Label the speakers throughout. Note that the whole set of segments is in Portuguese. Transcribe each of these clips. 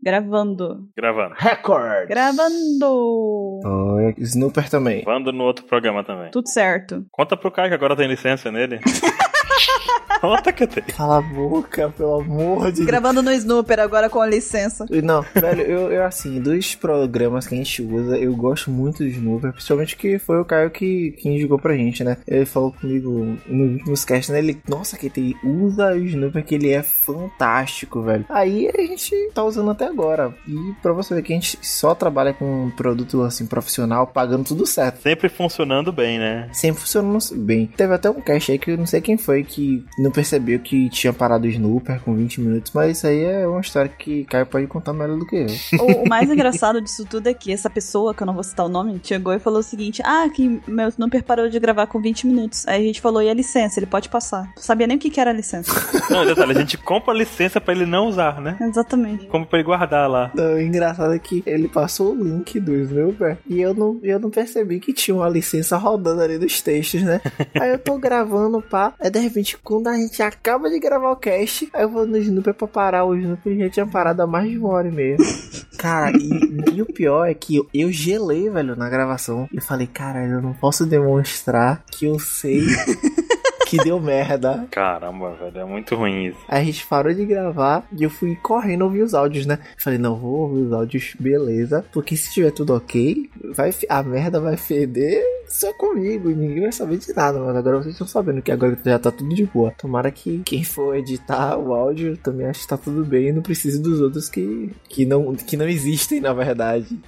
Speaker 1: Gravando.
Speaker 2: Gravando.
Speaker 3: Records!
Speaker 1: Gravando!
Speaker 3: Oh, é- Snooper também.
Speaker 2: Gravando no outro programa também.
Speaker 1: Tudo certo.
Speaker 2: Conta pro Caio que agora tem licença nele. Conta que tem.
Speaker 3: Cala a boca, pelo amor de
Speaker 1: Gravando no Snooper agora com a licença.
Speaker 3: Não, velho, eu, eu, assim, dos programas que a gente usa, eu gosto muito do Snooper, principalmente que foi o Caio que, que indicou pra gente, né? Ele falou comigo nos últimos casts, né? Ele, nossa, que ele usa o Snooper, que ele é fantástico, velho. Aí a gente tá usando até agora. E pra você ver que a gente só trabalha com um produto, assim, profissional, pagando tudo certo.
Speaker 2: Sempre funcionando bem, né?
Speaker 3: Sempre funcionou bem. Teve até um cast aí que eu não sei quem foi que não percebeu que tinha parado o Snooper com 20 minutos, mas isso aí é uma história que Caio pode contar melhor do que eu.
Speaker 1: O, o mais engraçado disso tudo é que essa pessoa, que eu não vou citar o nome, chegou e falou o seguinte: Ah, que meu Snooper parou de gravar com 20 minutos. Aí a gente falou: E a licença? Ele pode passar. Não sabia nem o que, que era a licença.
Speaker 2: Não, detalhe, a gente compra licença pra ele não usar, né?
Speaker 1: Exatamente.
Speaker 2: Como pra ele guardar lá.
Speaker 3: Não, o engraçado é que ele passou o link do Snooper e eu não, eu não percebi que tinha uma licença rodando ali dos textos, né? aí eu tô gravando, pá. Aí de repente, quando a gente acaba de gravar o cast, aí eu vou no Snooper pra parar. O Snooper já tinha parado há mais de uma hora e meia. Cara, e, e o pior é que eu, eu gelei, velho, na gravação. E falei, cara, eu não posso demonstrar que eu sei que deu merda.
Speaker 2: Caramba, velho, é muito ruim isso.
Speaker 3: Aí a gente parou de gravar e eu fui correndo ouvir os áudios, né? Falei, não, vou ouvir os áudios, beleza. Porque se tiver tudo ok, vai, fe- a merda vai feder só comigo. Ninguém vai saber de nada, mas agora vocês estão sabendo que agora já tá tudo de boa. Tomara que quem for editar o áudio também acho que tá tudo bem e não precise dos outros que, que, não, que não existem, na verdade.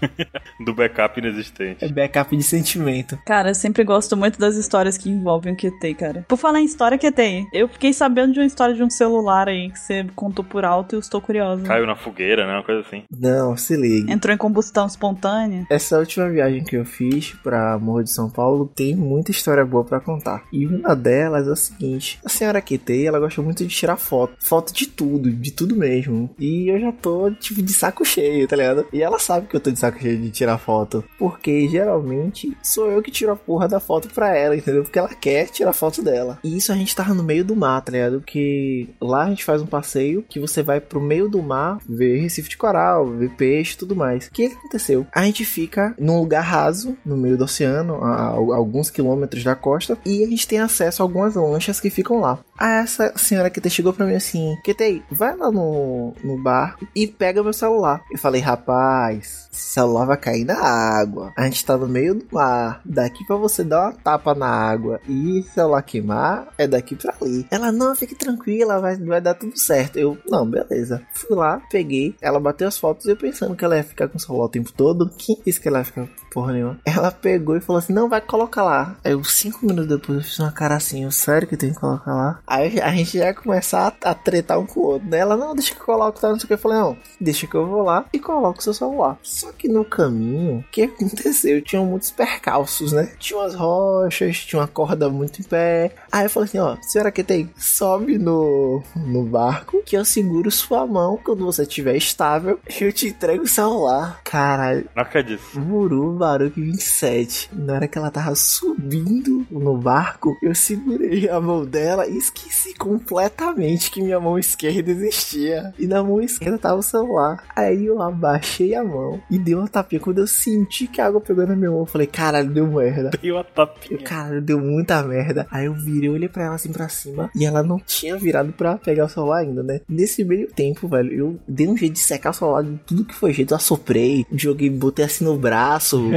Speaker 2: Do backup inexistente.
Speaker 3: É backup de sentimento.
Speaker 1: Cara, eu sempre gosto muito das histórias que envolvem o QT, cara. Por falar em história, QT, eu fiquei sabendo de uma história de um celular aí que você contou por alto e eu estou curiosa.
Speaker 2: Caiu na fogueira, né? Uma coisa assim.
Speaker 3: Não, se liga.
Speaker 1: Entrou em combustão espontânea?
Speaker 3: Essa última viagem que eu fiz pra Morro de São Paulo tem muita história boa pra contar. E uma delas é a seguinte: a senhora Kitei, ela gosta muito de tirar foto, foto de tudo, de tudo mesmo. E eu já tô tipo de saco cheio, tá ligado? E ela sabe que eu tô de saco cheio de tirar foto, porque geralmente sou eu que tiro a porra da foto pra ela, entendeu? Porque ela quer tirar foto dela. E isso a gente tava no meio do mar, tá ligado? Porque lá a gente faz um passeio que você vai pro meio do mar ver Recife de Coral, ver peixe e tudo mais. O que aconteceu? A gente fica num lugar raso, no meio do oceano, a a alguns quilômetros da costa, e a gente tem acesso a algumas lanchas que ficam lá. Aí essa senhora que chegou pra mim assim: Ketei, vai lá no, no bar e pega meu celular. Eu falei, rapaz, esse celular vai cair na água. A gente tá no meio do mar. Daqui pra você dar uma tapa na água e o celular queimar, é daqui pra ali. Ela, não, fique tranquila, vai, vai dar tudo certo. Eu, não, beleza. Fui lá, peguei, ela bateu as fotos e eu pensando que ela ia ficar com o celular o tempo todo. Quem disse que ela ia ficar com porra nenhuma? Ela pegou e falou assim: não, vai colocar lá. Aí eu, cinco minutos depois, eu fiz uma cara assim, eu, sério que tem que colocar lá? Aí a gente já ia começar a, a tretar um com o outro. Daí ela, não, deixa que eu coloco, tá? Não sei o que. Eu falei, não, deixa que eu vou lá e coloco o seu celular. Só que no caminho, o que aconteceu? Tinham muitos percalços, né? Tinha umas rochas, tinha uma corda muito em pé. Aí eu falei assim, ó, senhora que tem, sobe no, no barco que eu seguro sua mão quando você estiver estável e eu te entrego o celular. Caralho,
Speaker 2: Não acredito.
Speaker 3: Muru Baruque 27. Na hora que ela tava subindo no barco, eu segurei a mão dela e esqueci completamente que minha mão esquerda existia. E na mão esquerda tava o celular. Aí eu abaixei a mão e dei uma tapinha. Quando eu senti que a água pegou na minha mão, eu falei: caralho, deu merda.
Speaker 2: Dei uma
Speaker 3: Eu,
Speaker 2: tapinha.
Speaker 3: caralho, deu muita merda. Aí eu virei, eu olhei pra ela assim pra cima e ela não tinha virado pra pegar o celular ainda, né? Nesse meio tempo, velho, eu dei um jeito de secar o celular de tudo que foi jeito. Eu assoprei, joguei, botei assim no braço,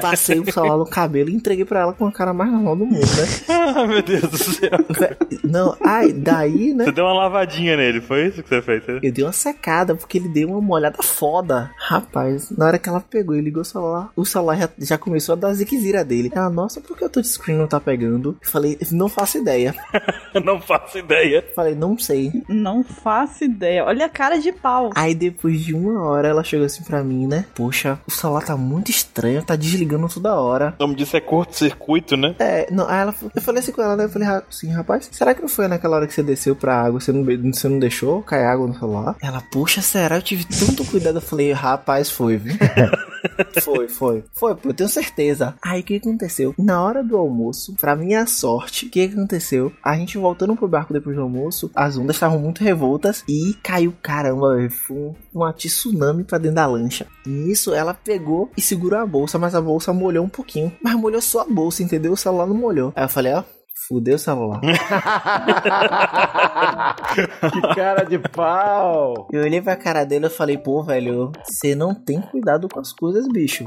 Speaker 3: passei o celular no cabelo e entreguei pra ela com a cara mais normal do mundo, né?
Speaker 2: Ah, meu Deus do céu.
Speaker 3: Não, ai, daí, né?
Speaker 2: Você deu uma lavadinha nele, foi isso que você fez? Você-
Speaker 3: Eu dei uma secada, porque ele deu uma molhada foda. Rapaz, na hora que ela pegou e ligou o celular, o celular já, já começou a dar ziquezira dele. Ela, nossa, por que o touchscreen não tá pegando? Eu falei, não faço ideia.
Speaker 2: Eu não faço ideia.
Speaker 3: Eu falei, não sei.
Speaker 1: Não faço ideia. Olha a cara de pau.
Speaker 3: Aí depois de uma hora ela chegou assim pra mim, né? Poxa, o celular tá muito estranho, tá desligando toda hora.
Speaker 2: O nome disso é curto-circuito, né?
Speaker 3: É, não, aí ela, eu falei assim com ela, né? Eu falei ra- assim, rapaz, será que não foi naquela hora que você desceu pra água, você não, be- você não deixou cair água no celular? Ela, poxa, será? Eu tive tanto cuidado. Eu falei, rapaz, foi, viu? Foi, foi. Foi, pô, eu tenho certeza. Aí o que aconteceu? Na hora do almoço, pra minha sorte, o que aconteceu? A gente voltando pro barco depois do almoço, as ondas estavam muito revoltas e caiu, caramba, velho, foi um- uma tsunami pra dentro da lancha. Nisso, ela pegou e segurou a bolsa, mas a bolsa molhou um pouquinho. Mas molhou só a bolsa, entendeu? O celular não molhou. Aí eu falei, ó, fudeu o celular.
Speaker 4: que cara de pau!
Speaker 3: Eu olhei pra cara dele e falei, pô, velho, você não tem cuidado com as coisas, bicho.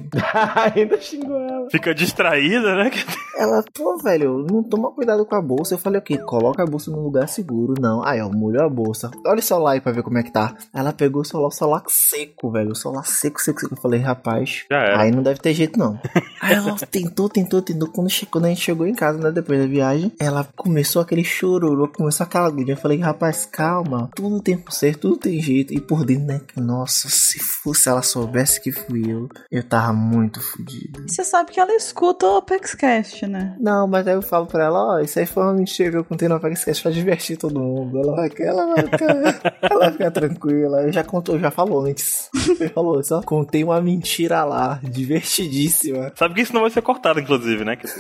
Speaker 4: Ainda xingou ela.
Speaker 2: Fica distraída, né?
Speaker 3: Ela, pô, velho, não toma cuidado com a bolsa. Eu falei, ok, coloca a bolsa num lugar seguro. Não, aí, ó, molhou a bolsa. Olha o celular aí pra ver como é que tá. Ela pegou o celular, o celular seco, velho. O celular seco, seco, seco. Eu falei, rapaz,
Speaker 2: Já era.
Speaker 3: aí não deve ter jeito, não. É. aí ela tentou, tentou, tentou. Quando, che- quando a gente chegou em casa, né, depois da viagem, ela começou aquele chororô, começou aquela agulha. Eu falei, rapaz, calma, tudo tem por ser, tudo tem jeito. E por dentro, né, nossa, se fosse ela soubesse que fui eu, eu tava muito fudido.
Speaker 1: Você sabe que ela escuta o ApexCast, né?
Speaker 3: Não, mas aí eu falo pra ela, ó, isso aí foi uma mentira que eu contei no Apexcast pra divertir todo mundo. Ela vai, ela vai ficar, ela vai ficar tranquila. Eu já contou, já falou antes. Você falou, só contei uma mentira lá, divertidíssima.
Speaker 2: Sabe que isso não vai ser cortado, inclusive, né? Kiko?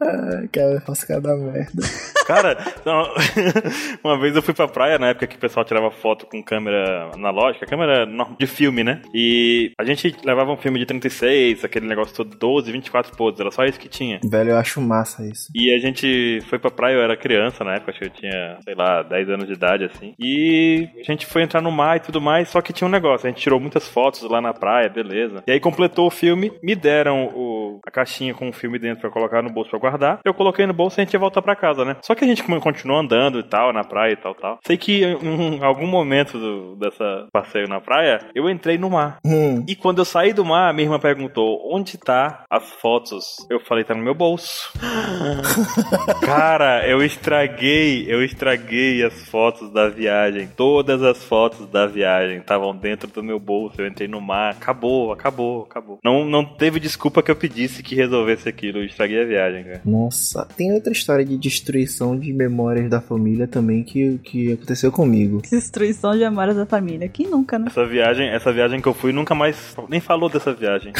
Speaker 3: Ai, Cara, eu faço cada merda.
Speaker 2: Cara, não, uma vez eu fui pra praia, na época que o pessoal tirava foto com câmera analógica, câmera norm- de filme, né? E a gente levava um filme de 36, aquele negócio todo 12, 24 poses, era só isso que tinha.
Speaker 3: Velho, eu acho massa isso.
Speaker 2: E a gente foi pra praia, eu era criança na época, acho que eu tinha, sei lá, 10 anos de idade, assim. E a gente foi entrar no mar e tudo mais, só que tinha um negócio, a gente tirou muitas fotos lá na praia, beleza. E aí completou o filme, me deram o, a caixinha com o filme dentro pra colocar no bolso pra guardar. Eu coloquei no bolso e a gente ia voltar pra casa, né? Só que a gente come- continuou andando e tal, na praia e tal, tal. Sei que em algum momento do, dessa passeio na praia, eu entrei no mar.
Speaker 3: Hum.
Speaker 2: E quando eu saí do mar, minha irmã perguntou: onde tá as fotos? Eu falei, tá no meu bolso. Cara, eu estraguei, eu estraguei as fotos da viagem. Todas as fotos da viagem estavam dentro do meu bolso. Eu entrei no mar. Acabou, acabou, acabou. Não, não teve desculpa que eu pedisse que resolvesse aquilo. Eu estraguei a viagem, cara.
Speaker 3: Nossa, tem outra história de destruição de memórias da família também que, que aconteceu comigo.
Speaker 1: Destruição de memórias da família. Quem nunca, né?
Speaker 2: Essa viagem, essa viagem que eu fui, nunca mais nem falou dessa viagem.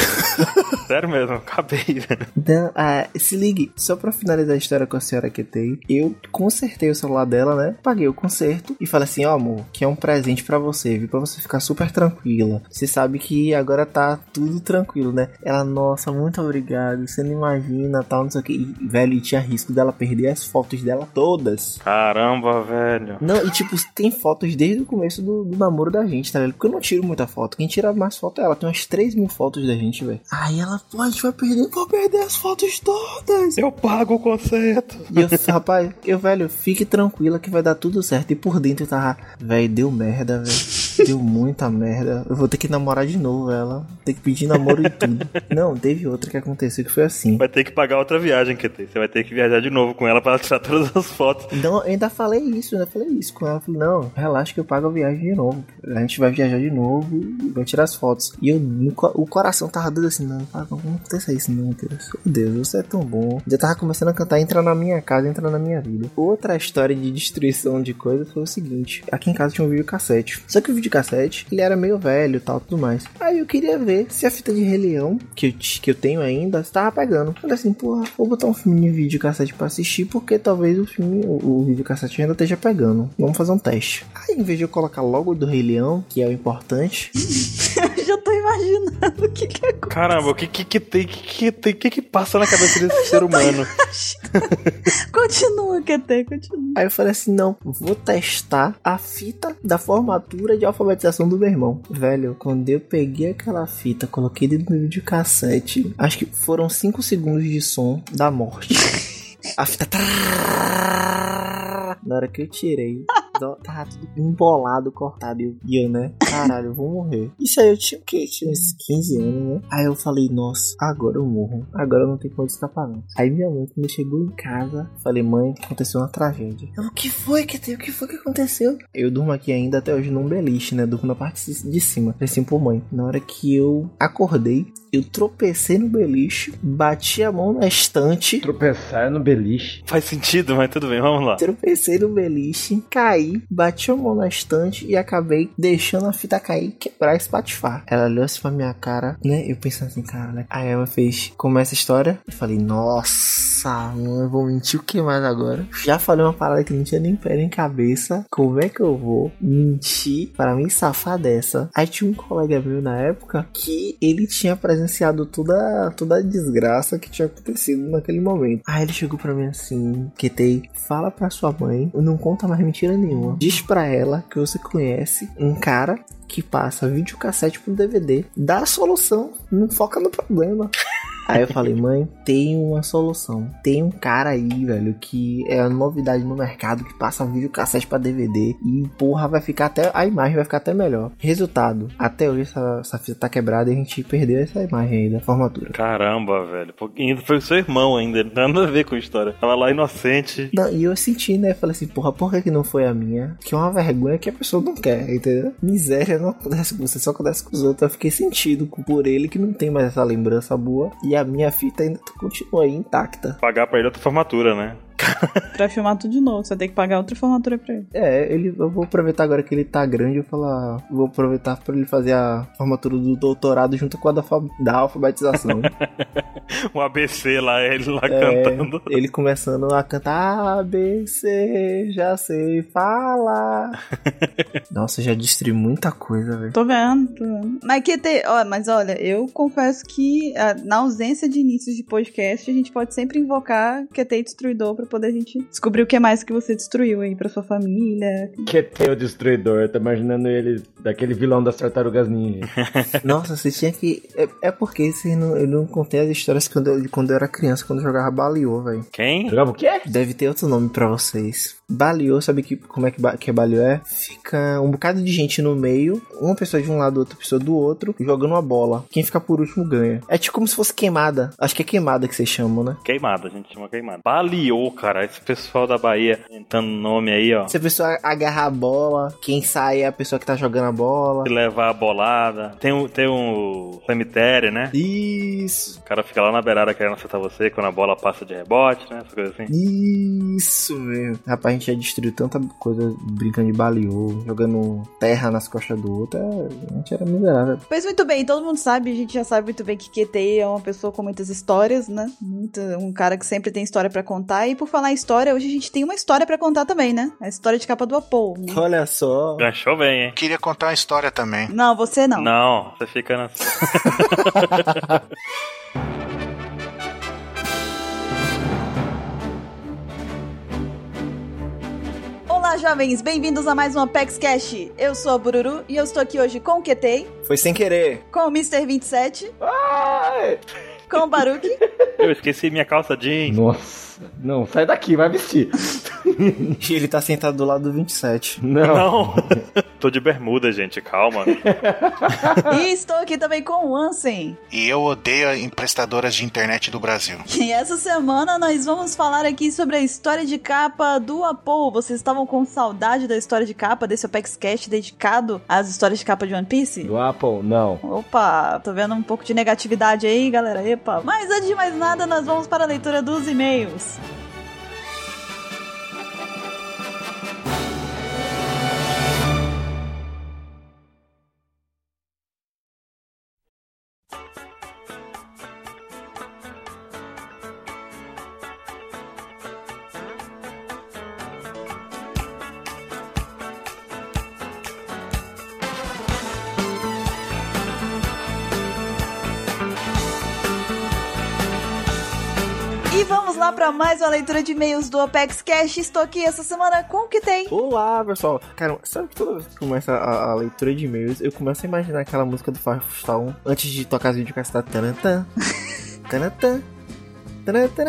Speaker 2: Sério mesmo, acabei.
Speaker 3: Dan, ah, se ligue, só pra finalizar a história com a senhora que tem, eu consertei o celular dela, né? Paguei o conserto e falei assim: ó, amor, que é um presente pra você, viu? Pra você ficar super tranquila. Você sabe que agora tá tudo tranquilo, né? Ela, nossa, muito obrigado, você não imagina, tal, não sei o que. E, velho, e tinha risco dela perder as fotos dela todas.
Speaker 2: Caramba, velho.
Speaker 3: Não, e tipo, tem fotos desde o começo do, do namoro da gente, tá ligado? Porque eu não tiro muita foto. Quem tira mais foto é ela. Tem umas 3 mil fotos da gente, velho. Aí ela, pô, a gente vai perder, vou perder as fotos todas.
Speaker 2: Eu pago o conserto.
Speaker 3: E eu, rapaz, eu, velho, fique tranquila que vai dar tudo certo. E por dentro eu tava, velho, deu merda, velho. Deu muita merda. Eu vou ter que namorar de novo ela. Vou ter que pedir namoro e tudo. Não, teve outra que aconteceu que foi assim.
Speaker 2: Vai ter que pagar outra viagem, QT. Você vai ter que viajar de novo com ela pra ela tirar todas as fotos.
Speaker 3: Então, eu ainda falei isso, eu ainda falei isso com ela. Eu Falei, não, relaxa que eu pago a viagem de novo. A gente vai viajar de novo e vai tirar as fotos. E eu, no co- o coração tava dando assim, não, cara, não aconteça isso não, Deus. Meu Deus, você é tão bom. Já tava começando a cantar, entra na minha casa, entra na minha vida. Outra história de destruição de coisas foi o seguinte. Aqui em casa tinha um videocassete. Só que o videocassete, ele era meio velho e tal, tudo mais. Aí eu queria ver se a fita de Rei Leão, que eu, ti- que eu tenho ainda, estava pegando. Falei assim, porra, vou botar um filme de videocassete pra assistir, porque talvez o filme, o, o videocassete ainda esteja pegando. Vamos fazer um teste. Aí, em vez de eu colocar logo o do Rei Leão, que é o importante,
Speaker 1: Já tô imaginando o que que é.
Speaker 2: Caramba, o que que, que tem? O que que tem? O que que passa na cabeça desse ser humano?
Speaker 1: Continua, QT, continua.
Speaker 3: Aí eu falei assim: não, vou testar a fita da formatura de alfabetização do meu irmão. Velho, quando eu peguei aquela fita, coloquei dentro do videocassete, acho que foram 5 segundos de som da morte. A fita. trrrrrrrrrrrrrrrrrrrrrrrrrrrrrrrrrrrrrrrrrrrrrrrrrrrrrrrrrrrr. tirei. Então, Tava tudo embolado, cortado. E eu- e eu, né? Caralho, eu vou morrer. Isso aí eu tinha o quê? Tinha uns 15 anos, né? Aí eu falei, nossa, agora eu morro. Agora eu não tenho como escapar, não. Aí minha mãe, quando chegou em casa, falei, mãe, aconteceu uma tragédia. Ela, o que foi que tem? O que foi que aconteceu? Eu durmo aqui ainda até hoje num beliche, né? Durmo na parte de cima. Falei assim, pô, mãe, na hora que eu acordei, Eu tropecei no beliche, bati a mão na estante,
Speaker 4: Tropeçar no beliche.
Speaker 2: Faz sentido, mas tudo bem, vamos lá.
Speaker 3: tropecei no beliche, caí, bati a mão na estante e acabei deixando a fita cair, quebrar e espatifar. Ela olhou assim pra minha cara, né? Eu pensando assim, cara, aí ela fez, como é essa história? Eu falei, nossa, mano, eu vou mentir o que mais agora? Já falei uma parada que não tinha nem pé nem cabeça. Como é que eu vou mentir para me safar dessa? Aí tinha um colega meu na época que ele tinha presenciado toda, toda a desgraça que tinha acontecido naquele momento. Aí ele chegou pra mim assim, Ketei, fala pra sua mãe, não conta mais mentira nenhuma. Diz pra ela que você conhece um cara que passa videocassete pro DVD, dá a solução, não foca no problema. Aí eu falei, mãe, tem uma solução. Tem um cara aí, velho, que é a novidade no mercado, que passa vídeo cassete pra DVD e, porra, vai ficar até. A imagem vai ficar até melhor. Resultado, até hoje essa, essa fita tá quebrada e a gente perdeu essa imagem aí da formatura.
Speaker 2: Caramba, velho. Pô, e ainda foi o seu irmão ainda. Nada a ver com a história. Tava lá inocente.
Speaker 3: Não, e eu senti, né? Falei assim, porra, por que, que não foi a minha? Que é uma vergonha que a pessoa não quer, entendeu? Miséria não acontece com você, só acontece com os outros. Eu fiquei sentido com- por ele que não tem mais essa lembrança boa. E a minha fita ainda continua aí intacta.
Speaker 2: Pagar pra ele outra formatura, né?
Speaker 1: Pra filmar tudo de novo, você tem que pagar outra formatura pra ele.
Speaker 3: É, ele, eu vou aproveitar agora que ele tá grande, eu vou falar. Vou aproveitar pra ele fazer a formatura do doutorado junto com a da, fa- da alfabetização.
Speaker 2: O ABC lá, ele lá
Speaker 3: É,
Speaker 2: cantando.
Speaker 3: ele começando a cantar A, B, C, já sei falar. Nossa, eu já destruí muita coisa, velho.
Speaker 1: Tô vendo, tô vendo. Mas, que te... ó, mas olha, eu confesso que ah, na ausência de inícios de podcast, a gente pode sempre invocar QT Destruidor pra poder a gente descobrir o que mais que você destruiu aí pra sua família.
Speaker 4: Que teu destruidor. Tô imaginando ele daquele vilão das tartarugas ninja.
Speaker 3: Nossa, você tinha que. É, é porque você não- eu não contei as histórias quando eu, quando eu era criança, quando eu jogava baleô, velho.
Speaker 2: Quem?
Speaker 4: Jogava o quê?
Speaker 3: Deve ter outro nome pra vocês. Baleô, sabe que, como é que, ba- que é baleô? É? Fica um bocado de gente no meio, uma pessoa de um lado, outra pessoa do outro, jogando uma bola. Quem ficar por último ganha. É tipo como se fosse queimada. Acho que é queimada que vocês chamam, né?
Speaker 2: Queimada, a gente chama queimada. Baleou, cara. Esse pessoal da Bahia inventando nome aí, ó.
Speaker 3: Se a pessoa agarrar a bola, quem sai é a pessoa que tá jogando a bola.
Speaker 2: Se levar a bolada. Tem um, tem um cemitério, né?
Speaker 3: Isso,
Speaker 2: O cara fica lá na beirada querendo acertar você quando a bola passa de rebote, né? Essa coisa assim.
Speaker 3: isso mesmo. Rapaz, a gente já destruiu tanta coisa brincando de baleô, jogando terra nas costas do outro. É, A gente era miserável.
Speaker 1: Pois muito bem, todo mundo sabe, a gente já sabe muito bem que QT é uma pessoa com muitas histórias, né? Muita- um cara que sempre tem história pra contar. E por falar em história, hoje a gente tem uma história pra contar também, né? A história de capa do Apollo. né?
Speaker 3: Olha só.
Speaker 2: Ganchou bem, hein?
Speaker 5: Queria contar uma história também.
Speaker 1: Não, você não.
Speaker 2: Não, você fica na. sua.
Speaker 1: Olá, jovens, bem-vindos a mais um Apex Cash. Eu sou a Bururu e eu estou aqui hoje com o QT,
Speaker 3: Foi sem querer.
Speaker 1: com o Mr. 27,
Speaker 4: Ai!
Speaker 1: com o Baruque
Speaker 2: Eu esqueci minha calça jeans.
Speaker 4: Nossa. Não, sai daqui, vai vestir.
Speaker 3: E ele tá sentado do lado do 27.
Speaker 4: Não.
Speaker 2: Não! Tô de bermuda, gente, calma.
Speaker 1: e estou aqui também com o Ansem.
Speaker 5: E eu odeio emprestadoras de internet do Brasil.
Speaker 1: E essa semana nós vamos falar aqui sobre a história de capa do Apollo. Vocês estavam com saudade da história de capa desse Apex Cash dedicado às histórias de capa de One Piece?
Speaker 4: Do Apple, não.
Speaker 1: Opa, tô vendo um pouco de negatividade aí, galera. Epa. Mas antes de mais nada, nós vamos para a leitura dos e-mails. E vamos lá para mais uma leitura de e-mails do Apex Cash. Estou aqui essa semana com o que tem.
Speaker 3: Olá, pessoal. Cara, sabe que toda vez que começa a, a leitura de e-mails, eu começo a imaginar aquela música do Firefall 1 antes de tocar as videocassas da Tanantã. Tanantã. Tanantã.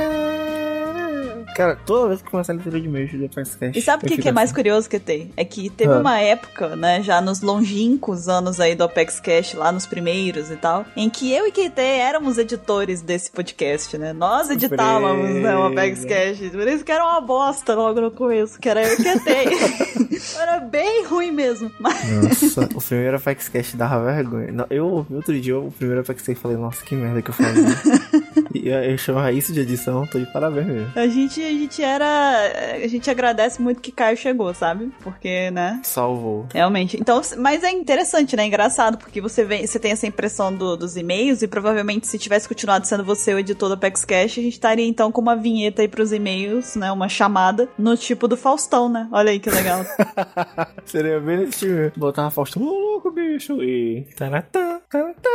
Speaker 3: Cara, toda vez que começa a leitura de e-mail, Julia faz cast.
Speaker 1: E sabe o que,
Speaker 3: eu fico
Speaker 1: que é mais
Speaker 3: assim.
Speaker 1: curioso que tem? É que teve
Speaker 3: Ah.
Speaker 1: uma época, né, já nos longínquos anos aí do Apex Cash, lá nos primeiros e tal, em que eu e Keitê éramos editores desse podcast, né? Nós editávamos né, o Apex Cash, por isso que era uma bosta logo no começo, que era eu e Keitê. era bem ruim mesmo, mas
Speaker 3: Nossa, o primeiro Apex Cash dava vergonha. Não, eu ouvi outro dia o primeiro Apex Cash e falei, nossa, que merda que eu fazia. e eu, eu chamava isso de edição, tô de parabéns mesmo.
Speaker 1: a gente, a gente era... A gente agradece muito que Caio chegou, sabe? Porque, né...
Speaker 3: Salvou.
Speaker 1: Realmente. Então, mas é interessante, né? Engraçado, porque você, vem, você tem essa impressão do- dos e-mails, e provavelmente se tivesse continuado sendo você o editor do Apex Cash, a gente estaria então com uma vinheta aí pros e-mails, né? Uma chamada no tipo do Faustão, né? Olha aí que legal.
Speaker 3: Seria bem nesse time. Botava Faustão, ô louco, bicho. E. Taratá, taratá.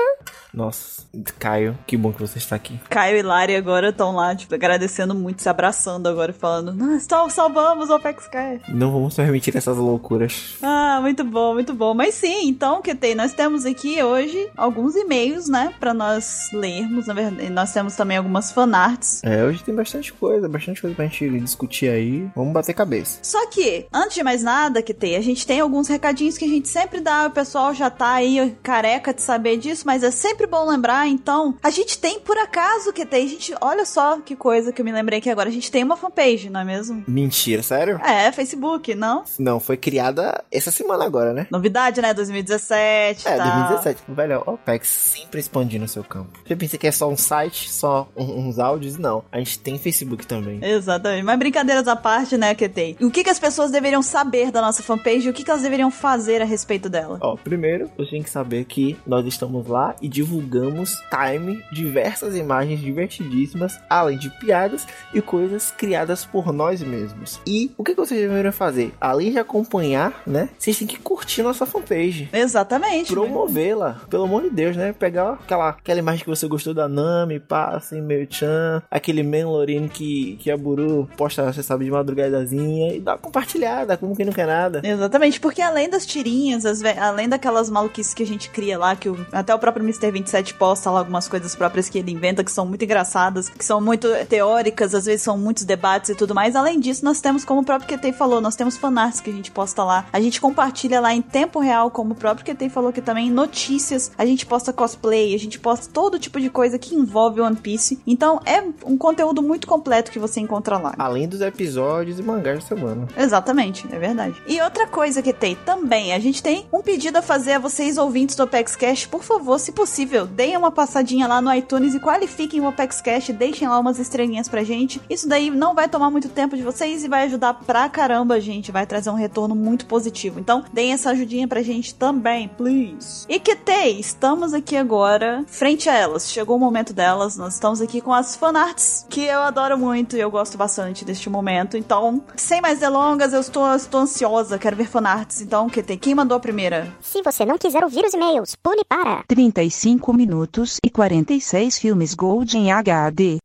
Speaker 3: Nossa, Caio, que bom que você está aqui.
Speaker 1: Caio e Lari agora estão lá, tipo, agradecendo muito, se abraçando agora, falando: Nós sal- salvamos o Apex Cash.
Speaker 3: Não vamos permitir essas loucuras.
Speaker 1: Ah, muito bom, muito bom. Mas sim, então, Ketei, nós temos aqui hoje alguns e-mails, né? Pra nós lermos, na verdade. E Nós temos também algumas fanarts
Speaker 3: É, hoje tem bastante coisa, bastante coisa pra gente discutir aí. Vamos bater cabeça.
Speaker 1: Só que, antes de mais nada, que tem, a gente tem alguns recadinhos que a gente sempre dá, o pessoal já tá aí careca de saber disso, mas é sempre bom lembrar, então, a gente tem por acaso que tem, a gente, olha só que coisa que eu me lembrei aqui agora, a gente tem uma fanpage, não é mesmo?
Speaker 3: Mentira, sério?
Speaker 1: É, Facebook, não?
Speaker 3: Não, foi criada essa semana agora, né?
Speaker 1: Novidade, né? 2017,
Speaker 3: É,
Speaker 1: tá?
Speaker 3: 2017. Velho, o Apex sempre expandindo o seu campo. Você pensa que é só um site, só um- uns áudios? Não. A gente tem Facebook também.
Speaker 1: Exatamente. Mas brincadeiras à parte, né, que tem. O que, que as pessoas deveriam saber da nossa fanpage e o que, que elas deveriam fazer a respeito dela?
Speaker 3: Ó, primeiro, você tem que saber que nós estamos lá e divulgamos time, diversas imagens divertidíssimas, além de piadas e coisas criadas por nós mesmos. E o que que vocês deveriam fazer? Além de acompanhar, né? Vocês têm que curtir nossa fanpage.
Speaker 1: Exatamente. né?
Speaker 3: Promovê-la, pelo amor de Deus, né? Pegar aquela, aquela imagem que você gostou da Nami, passa em Meio-chan, aquele Menlorin que, que a Buru posta, você sabe, de madrugadazinha, e dá uma compartilhada, como quem não quer nada.
Speaker 1: Exatamente, porque além das tirinhas, as ve- além daquelas maluquices que a gente cria lá, que o- até o próprio Mr. 27 posta lá algumas coisas próprias que ele inventa, que são muito engraçadas, que são muito teóricas, às vezes são muitos debates e tudo mais. Além disso, nós temos, como o próprio QT falou, nós temos fanarts que a gente posta lá. A gente compartilha lá em tempo real, como o próprio QT falou que também, notícias. A gente posta cosplay, a gente posta todo tipo de coisa que envolve One Piece. Então, é um conteúdo muito completo que você encontra lá.
Speaker 3: Além dos episódios e mangás da semana.
Speaker 1: Exatamente, é verdade. E outra coisa que tem também, a gente tem um pedido a fazer a vocês ouvintes do Apex Cash, por favor, se possível, deem uma passadinha lá no iTunes e qualifiquem o Apex Cash, deixem lá umas estrelinhas pra gente. Isso daí não vai tomar muito tempo de vocês e vai ajudar pra caramba a gente, vai trazer um retorno muito positivo. Então, deem essa ajudinha pra gente também, please. E que tem, estamos aqui agora frente a elas. Chegou o momento delas, nós estamos aqui com as fanarts, que eu adoro muito e eu gosto bastante deste momento. Então, sem mais delongas, eu estou, estou ansiosa, quero ver fanarts. Então, que tem? Quem mandou a primeira?
Speaker 6: Se você não quiser ouvir os e-mails, pule para.
Speaker 7: 35 minutos e 46 filmes Gold em HD.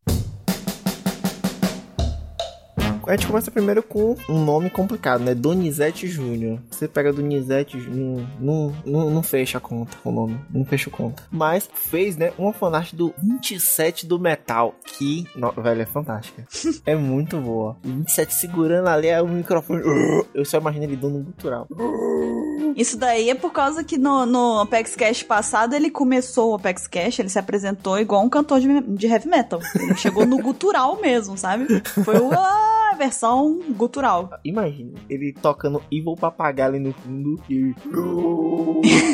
Speaker 3: A gente começa primeiro com um nome complicado, né? Donizete Júnior. Você pega Donizete Júnior, não, não, não fecha a conta o nome, não fecha a conta. Mas fez, né, uma fanart do 27 do Metal, que, no, velho, é fantástica. é muito boa. 27 segurando ali é o microfone. Eu só imagino ele dando um gutural.
Speaker 1: Isso daí é por causa que no, no Apex Cash passado ele começou o Apex Cash, ele se apresentou igual um cantor de, de heavy metal. Ele chegou no gutural mesmo, sabe? Foi o- a versão gutural.
Speaker 3: Imagina ele tocando Evil Papagaio ali no fundo e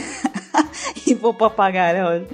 Speaker 1: E vou pro papagaio, olha.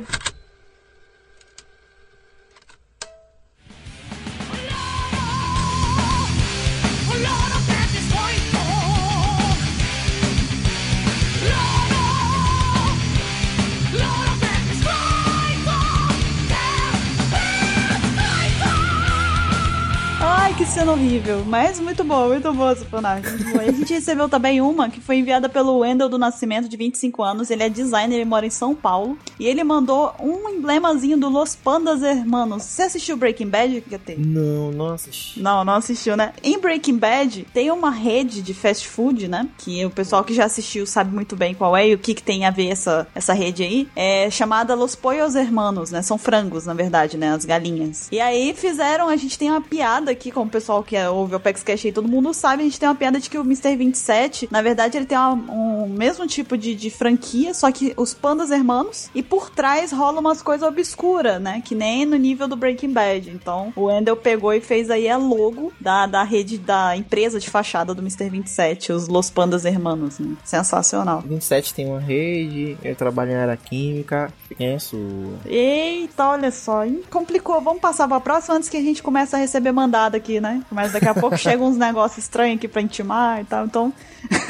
Speaker 1: Ai, que cena horrível. Mas muito boa, muito boa essa fanart. muito boa. E a gente recebeu também uma que foi enviada pelo Wendel do Nascimento, de 25 anos. Ele é designer, ele mora em São Paulo. E ele mandou um emblemazinho do Los Pandas Hermanos. Você assistiu Breaking Bad, GT?
Speaker 3: não, não assisti.
Speaker 1: Não, não assistiu, né? Em Breaking Bad, tem uma rede de fast food, né? Que o pessoal que já assistiu sabe muito bem qual é e o que, que tem a ver essa, essa rede aí. É chamada Los Pollos Hermanos, né? São frangos, na verdade, né? As galinhas. E aí fizeram, a gente tem uma piada aqui com, o pessoal que ouve o Pex Cash aí, todo mundo sabe, a gente tem uma piada de que o Mr. 27, na verdade, ele tem uma- um mesmo tipo de, de franquia, só que os pandas hermanos, e por trás rola umas coisas obscuras, né? Que nem no nível do Breaking Bad. Então, o Endel pegou e fez aí a logo da, da rede, da empresa de fachada do Mr. 27, os Los Pandas Hermanos, né? Sensacional.
Speaker 3: 27 tem uma rede, eu trabalho em área química, penso.
Speaker 1: Eita, olha só, hein? complicou. Vamos passar pra próxima antes que a gente comece a receber mandada aqui, né? Mas daqui a pouco chegam uns negócios estranhos aqui pra intimar e tal. Então,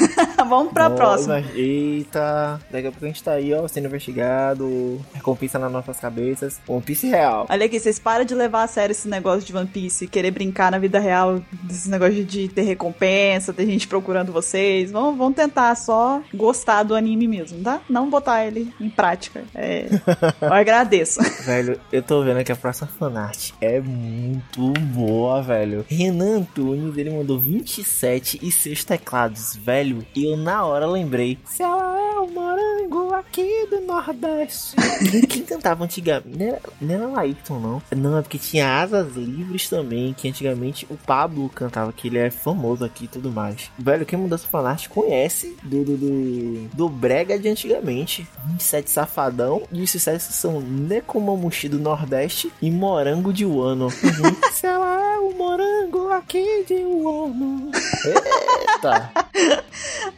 Speaker 1: vamos pra
Speaker 3: Ó,
Speaker 1: próxima.
Speaker 3: mas- Eita, daqui a pouco a gente tá aí, ó, sendo investigado, recompensa nas nossas cabeças, One Piece real.
Speaker 1: Olha aqui, vocês param de levar a sério esse negócio de One Piece, querer brincar na vida real, desse negócio de ter recompensa, ter gente procurando vocês. Vamos, vamos tentar só gostar do anime mesmo, tá? Não botar ele em prática. É, eu agradeço.
Speaker 3: Velho, eu tô vendo que a próxima fanart é muito boa, velho. Renan Antunes, ele mandou 27 e 6 teclados, velho. E eu na hora lembrei. Se ela é um morango aqui do Nordeste. Quem cantava antigamente? Não era- Não era Laíton, não. Não, é porque tinha Asas Livres também, que antigamente o Pablo cantava, que ele é famoso aqui e tudo mais. Velho, quem mudou essa fanart conhece do, do, do, do Brega de antigamente. 27 Safadão. E os sucessos são Nekomamushi do Nordeste e Morango de Wano. Uhum. Se ela é o morango aqui de Wano. Eita.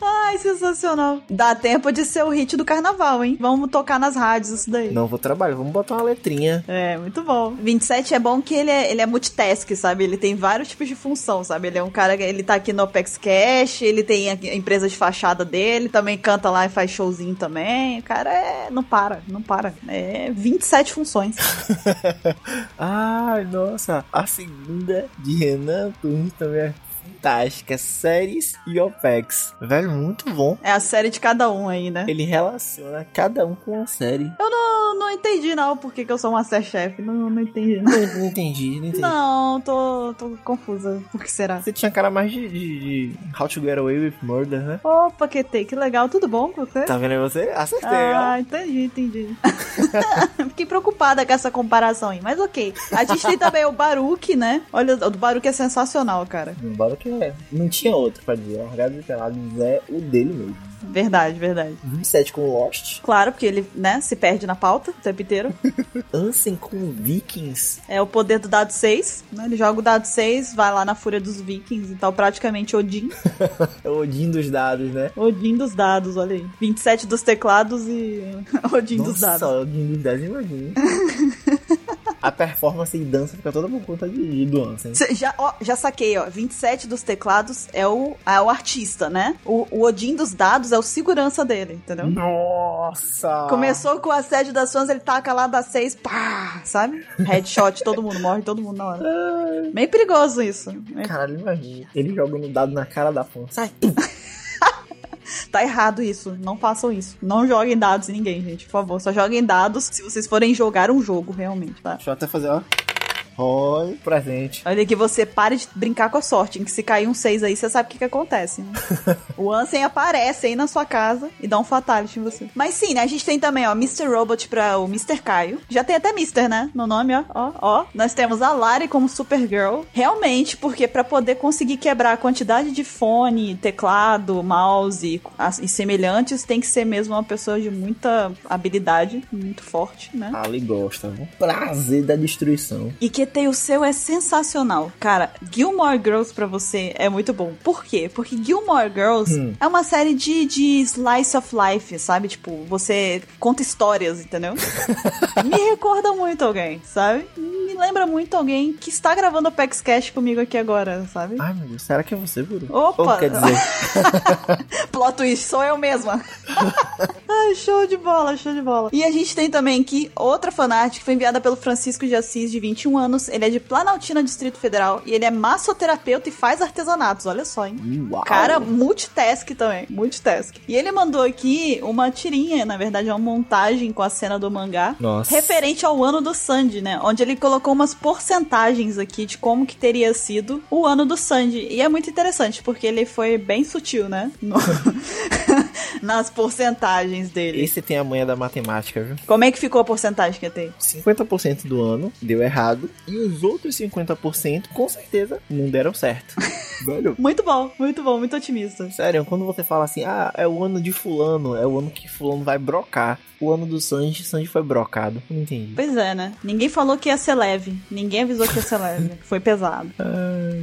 Speaker 1: Ai, sensacional. Dá tempo de ser o hit do carnaval, hein? Vamos tocar nas rádios isso daí.
Speaker 3: Não vou trabalhar, vamos botar uma letrinha.
Speaker 1: É, muito bom. 27 é bom que ele é, ele é multitask, sabe? Ele tem vários tipos de função, sabe? Ele é um cara que ele tá aqui no Opex Cash, ele tem a a empresa de fachada dele, também canta lá e faz showzinho também. O cara é. Não para, não para. É 27 funções.
Speaker 3: Ai, nossa. A segunda de Renan Antunes também é fantástica. Séries e OPEX. Velho, muito bom.
Speaker 1: É a série de cada um aí, né?
Speaker 3: Ele relaciona cada um com a série.
Speaker 1: Eu não entendi, não, por que, que eu sou um Masterchef. Não, não entendi, não.
Speaker 3: Não, não entendi, não entendi.
Speaker 1: Não, tô, tô confusa. Por que será?
Speaker 3: Você tinha cara mais de, de, de How to Get Away with Murder, né?
Speaker 1: Opa, Ketei, que legal. Tudo bom com você?
Speaker 3: Tá vendo aí você? Acertei, ó.
Speaker 1: Ah, entendi, entendi. Fiquei preocupada com essa comparação aí, mas ok. A gente tem também o Baruque, né? Olha, o do Baruque é sensacional, cara.
Speaker 3: Embora que é. não tinha outro pra dizer. Largado e Pelados é o dele mesmo.
Speaker 1: Verdade, verdade.
Speaker 3: 27 com Lost.
Speaker 1: Claro, porque ele, né, se perde na pauta o tempo inteiro.
Speaker 3: Ansem com Vikings.
Speaker 1: É o poder do dado 6, né? Ele joga o dado 6, vai lá na fúria dos vikings e tal, praticamente Odin.
Speaker 3: É o Odin dos dados, né?
Speaker 1: Odin dos dados, olha aí. 27 dos teclados e Odin dos
Speaker 3: Nossa,
Speaker 1: dados.
Speaker 3: Odin dos dados, imagina. A performance e dança fica toda por conta de, do Ansem.
Speaker 1: Cê- Já, ó, já saquei, ó. 27 dos teclados é o, é o artista, né? O, o Odin dos dados é o segurança dele, entendeu?
Speaker 3: Hum. Nossa!
Speaker 1: Começou com o assédio das fãs, ele taca lá das seis, pá, sabe? Headshot, todo mundo, morre todo mundo na hora. Bem perigoso isso. né?
Speaker 3: Caralho, imagina. Ele jogando dado na cara da fã. Sai!
Speaker 1: Tá errado isso, não façam isso. Não joguem dados em ninguém, gente, por favor. Só joguem dados se vocês forem jogar um jogo, realmente, tá?
Speaker 3: Deixa eu até fazer, ó. Oi, presente.
Speaker 1: Olha que você pare de brincar com a sorte, em que se cair um 6 aí, você sabe o que, que acontece. Né? o Ansem aparece aí na sua casa e dá um fatality em você. Mas sim, né? A gente tem também, ó, Mr. Robot pra o Mr. Caio. Já tem até Mr., né? No nome, ó, ó, ó. Nós temos a Lari como Supergirl. Realmente, porque pra poder conseguir quebrar a quantidade de fone, teclado, mouse e as- e semelhantes, tem que ser mesmo uma pessoa de muita habilidade, muito forte, né?
Speaker 3: Ali gosta, viu? Prazer da destruição.
Speaker 1: E que tem o seu é sensacional. Cara, Gilmore Girls pra você é muito bom. Por quê? Porque Gilmore Girls é uma série de, de slice of life, sabe? Tipo, você conta histórias, entendeu? Me recorda muito alguém, sabe? Me lembra muito alguém que está gravando o Pex Cash comigo aqui agora, sabe?
Speaker 3: Ai, meu Deus, será que é você, Guru?
Speaker 1: Opa!
Speaker 3: Ou quer dizer,
Speaker 1: Plot twist, sou eu mesma. Ai, show de bola, show de bola. E a gente tem também aqui outra fanart que foi enviada pelo Francisco de Assis, de 21 anos. Ele é de Planaltina, Distrito Federal, e ele é massoterapeuta e faz artesanatos. Olha só, hein?
Speaker 3: uau.
Speaker 1: Cara, multitask também, multitask. E ele mandou aqui uma tirinha, na verdade, é uma montagem com a cena do mangá.
Speaker 3: Nossa.
Speaker 1: Referente ao ano do Sandy, né? Onde ele colocou umas porcentagens aqui de como que teria sido o ano do Sandy. E é muito interessante, porque ele foi bem sutil, né? No- Nas porcentagens dele.
Speaker 3: Esse tem a manha da matemática, viu?
Speaker 1: Como é que ficou a porcentagem que tem?
Speaker 3: 50% do ano deu errado e os outros 50% com certeza não deram certo. Velho,
Speaker 1: Muito bom, muito bom, muito otimista.
Speaker 3: sério, quando você fala assim, ah, é o ano de fulano, é o ano que fulano vai brocar. O ano do Sanji, Sanji foi brocado. Não entendi.
Speaker 1: Pois é, né? Ninguém falou que ia ser leve. Ninguém avisou que ia ser leve. Foi pesado.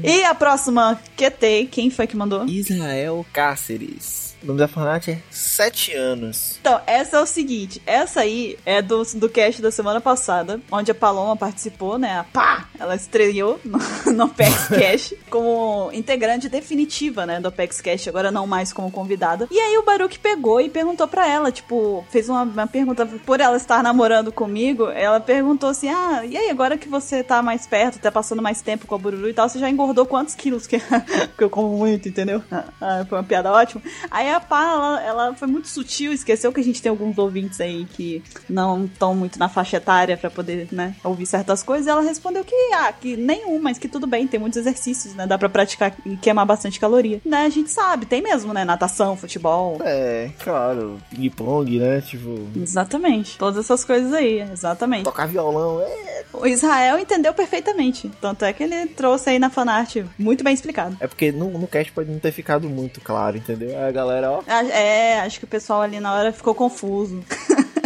Speaker 1: E a próxima QT, quem foi que mandou?
Speaker 3: Israel Cáceres. O nome da fanática é 7 anos.
Speaker 1: Então, essa é o seguinte, essa aí é do, do cast da semana passada, onde a Paloma participou, né? A pá! Ela estreou no, no Apex Cash como integrante definitiva, né, do Apex Cash, agora não mais como convidada. E aí o Baruch pegou e perguntou pra ela, tipo, fez uma, uma pergunta, por ela estar namorando comigo, ela perguntou assim: ah, e aí agora que você tá mais perto, tá passando mais tempo com a Bururu e tal, você já engordou quantos quilos? Que, que eu como muito, entendeu? Ah, foi uma piada ótima. Aí a Pá, ela, ela foi muito sutil, esqueceu que a gente tem alguns ouvintes aí que não estão muito na faixa etária pra poder, né, ouvir certas coisas. E ela respondeu que, ah, que nenhum, mas que tudo bem, tem muitos exercícios, né, dá pra praticar e queimar bastante caloria. Né, a gente sabe, tem mesmo, né, natação, futebol.
Speaker 3: É, claro, ping-pong, né? Tipo,
Speaker 1: Exatamente. Todas essas coisas aí, exatamente.
Speaker 3: tocar violão, é.
Speaker 1: O Israel entendeu perfeitamente. Tanto é que ele trouxe aí na fanart muito bem explicado.
Speaker 3: É porque no, no cast pode não ter ficado muito claro, entendeu? Aí a galera, ó,
Speaker 1: Ah, É, acho que o pessoal ali na hora ficou confuso.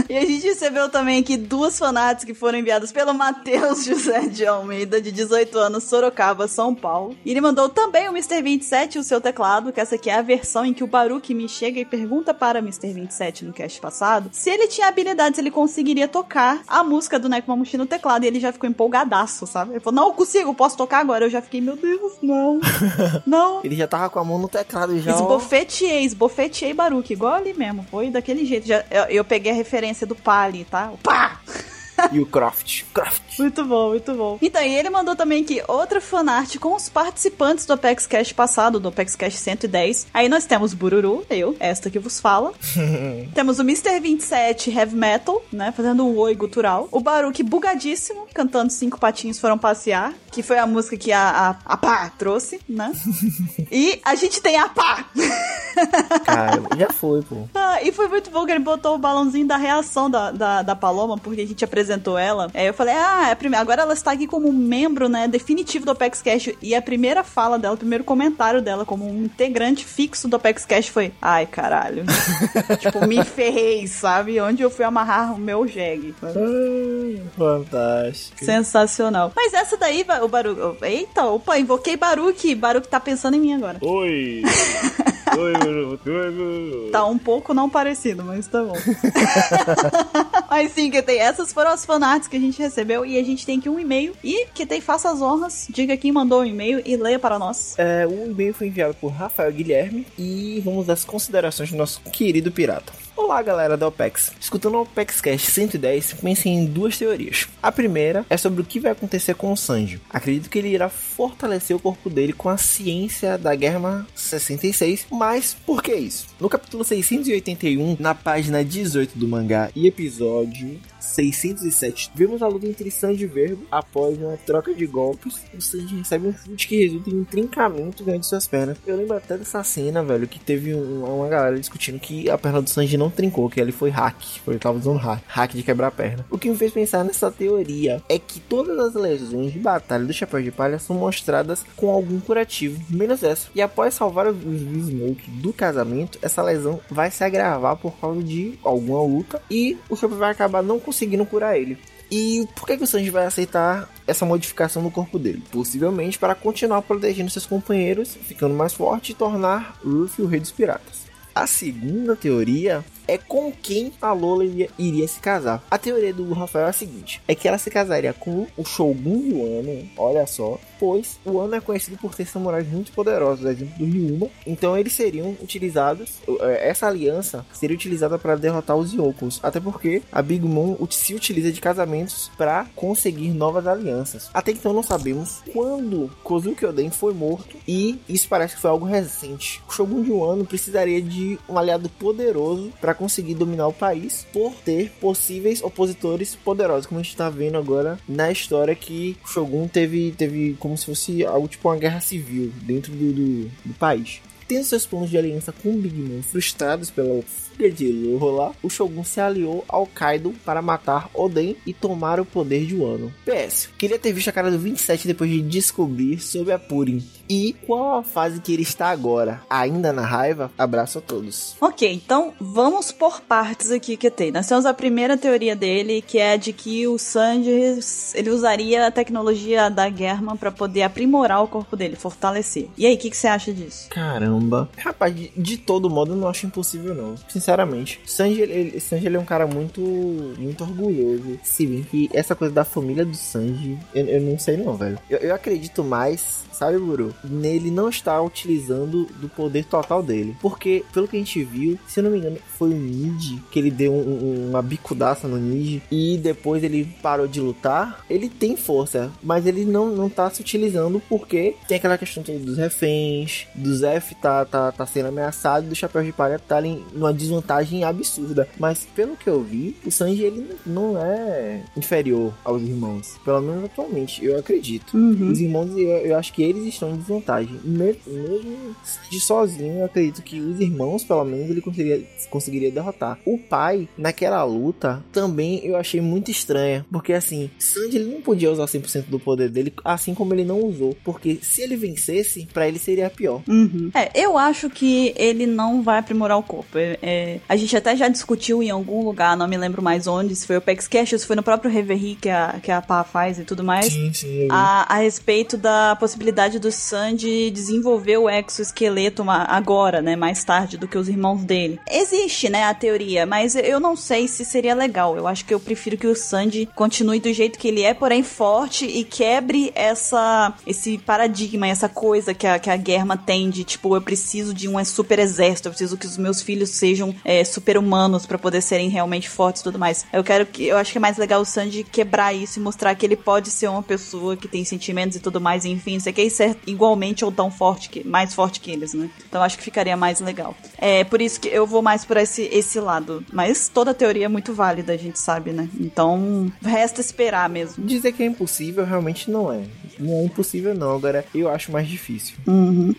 Speaker 1: E a gente recebeu também aqui duas fanarts que foram enviadas pelo Matheus José de Almeida, de 18 anos, Sorocaba, São Paulo. E ele mandou também o Mr. 27 e o seu teclado, que essa aqui é a versão em que o Baruque me chega e pergunta para o Mr. 27 no cast passado se ele tinha habilidades, ele conseguiria tocar a música do Nekomamushi no teclado. E ele já ficou empolgadaço, sabe? Ele falou, não, eu consigo, posso tocar agora. Eu já fiquei, meu Deus, não, não,
Speaker 3: ele já tava com a mão no teclado já. ó.
Speaker 1: Esbofeteei, esbofeteei Baruque, igual ali mesmo. Foi daquele jeito. Já, eu, eu peguei a referência do Pali, tá? O pá!
Speaker 3: E o Croft. Croft.
Speaker 1: Muito bom, muito bom. Então, e ele mandou também aqui outra fanart com os participantes do Apex Cash passado, do Apex Cash 110. Aí nós temos Bururu, eu, esta que vos fala. temos o Mr. 27 Heavy Metal, né, fazendo o oi gutural. O Baruque bugadíssimo, cantando Cinco Patinhos Foram Passear, que foi a música que a, a, a Pá trouxe, né? e a gente tem a Pá!
Speaker 3: Cara, já foi, pô.
Speaker 1: Ah, e foi muito bom que ele botou o balãozinho da reação da, da, da Paloma, porque a gente apresentou ela. Aí eu falei, ah, é a prime- agora ela está aqui como membro, né, definitivo do Apex Cash. E a primeira fala dela, o primeiro comentário dela como um integrante fixo do Apex Cash foi, ai, caralho. tipo, me ferrei, sabe? Onde eu fui amarrar o meu jegue. sabe?
Speaker 3: Ai, Fantástico.
Speaker 1: Sensacional. Mas essa daí, ba- o Baru... Eita, opa, invoquei Baruque. Baruque tá pensando em mim agora.
Speaker 2: Oi! Oi, Bruno. Oi, Bruno.
Speaker 1: Tá um pouco não parecido, mas tá bom. mas sim, que tem essas foram as fanarts que a gente recebeu e a gente tem aqui um e-mail e que tem faça as honras, diga quem mandou o e-mail e leia para nós.
Speaker 3: É, o e-mail foi enviado por Rafael Guilherme e vamos às considerações do nosso querido pirata. Olá, galera da OPEX. Escutando o OPEX Cast 110, pensei em duas teorias. A primeira é sobre o que vai acontecer com o Sanji. Acredito que ele irá fortalecer o corpo dele com a ciência da Guerra 66, mas por que isso? No capítulo 681, na página 18 do mangá e episódio 607. Vemos a luta entre Sanji e Verbo após uma troca de golpes. O Sanji recebe um chute que resulta em um trincamento dentro de suas pernas. Eu lembro até dessa cena, velho, que teve um- uma galera discutindo que a perna do Sanji não trincou, que ele foi hack. Foi, ele tava usando hack, hack de quebrar a perna. O que me fez pensar nessa teoria é que todas as lesões de batalha do Chapéu de Palha são mostradas com algum curativo, menos essa. E após salvar os os Smoke do casamento, essa lesão vai se agravar por causa de alguma luta e o Chopper vai acabar não conseguindo curar ele. E por que, que o Sanji vai aceitar essa modificação no corpo dele? Possivelmente para continuar protegendo seus companheiros, ficando mais forte e tornar Luffy o rei dos piratas. A segunda teoria é com quem a Lola iria, iria se casar. A teoria do Rafael é a seguinte: é que ela se casaria com o Shogun Yuano, olha só, pois o Ano é conhecido por ter samurais muito poderosos, exemplo do Ryuma. Então eles seriam utilizados, eh, essa aliança seria utilizada para derrotar os Yokos, até porque a Big Mom ut- se utiliza de casamentos para conseguir novas alianças. Até então não sabemos quando Kozuki Oden foi morto e isso parece que foi algo recente. O Shogun de um ano precisaria de um aliado poderoso para conseguir dominar o país por ter possíveis opositores poderosos, como a gente está vendo agora na história que o Shogun teve, teve como se fosse algo tipo uma guerra civil dentro do, do, do país. Tendo seus planos de aliança com o Big Mom frustrados pela fuga de Loro lá, o Shogun se aliou ao Kaido para matar Oden e tomar o poder de Wano. PS, queria ter visto a cara do 27 depois de descobrir sobre a Purim. E qual a fase que ele está agora? Ainda na raiva? Abraço a todos.
Speaker 1: Ok, então vamos por partes aqui, QT. Nós temos a primeira teoria dele, que é a de que o Sanji ele usaria a tecnologia da German para poder aprimorar o corpo dele, fortalecer. E aí, o que, que você acha disso?
Speaker 3: Caramba. Rapaz, de, de todo modo eu não acho impossível não. Sinceramente. Sanji, ele- ele, Sanji ele é um cara muito muito orgulhoso. Se bem que essa coisa da família do Sanji, eu, eu não sei não, velho. Eu, eu acredito mais, sabe, Buru? Nele não estar utilizando do poder total dele. Porque, pelo que a gente viu, se eu não me engano, foi o Nid que ele deu um- um- uma bicudaça no Nid e depois ele parou de lutar. Ele tem força, mas ele não, não tá se utilizando porque tem aquela questão toda dos reféns, do Zef tá, tá, tá sendo ameaçado, do Chapéu de Palha tá em numa desvantagem absurda. Mas pelo que eu vi, o Sanji ele não é inferior aos irmãos. Pelo menos atualmente, eu acredito. Os irmãos, eu, eu acho que eles estão em desvantagem. Me- Mesmo de sozinho, eu acredito que os irmãos, pelo menos, ele conseguiria, conseguiria derrotar. O pai, naquela luta, também eu achei muito estranha. Porque, assim, Sanji ele não podia usar 100% do poder dele, assim como ele não usou. Porque se ele vencesse, pra ele seria pior.
Speaker 1: É, eu acho que ele não vai aprimorar o corpo. É, é, a gente até já discutiu em algum lugar, não me lembro mais onde, se foi o PEXCast, se foi no próprio Reverie que a, que a PA faz e tudo mais.
Speaker 3: sim.
Speaker 1: a, a respeito da possibilidade do Sanji desenvolver o exoesqueleto ma- agora, né? Mais tarde do que os irmãos dele. Existe, né, a teoria, mas eu não sei se seria legal. Eu acho que eu prefiro que o Sanji continue do jeito que ele é, porém forte e quebre essa esse paradigma, essa coisa que a, que a Germa tem de tipo, eu preciso de um super exército, eu preciso que os meus filhos sejam é, super humanos pra poder serem realmente fortes e tudo mais. Eu quero que. Eu acho que é mais legal o Sanji quebrar isso e mostrar que ele pode ser uma pessoa que tem sentimentos e tudo mais, enfim, isso aqui é cer- igualmente ou tão forte que. mais forte que eles, né? Então eu acho que ficaria mais legal. É por isso que eu vou mais por esse, esse lado. Mas toda teoria é muito válida, a gente sabe, né? Então resta esperar mesmo.
Speaker 3: Dizer que é impossível realmente não é. Não é impossível, não. Agora, eu acho mais difícil.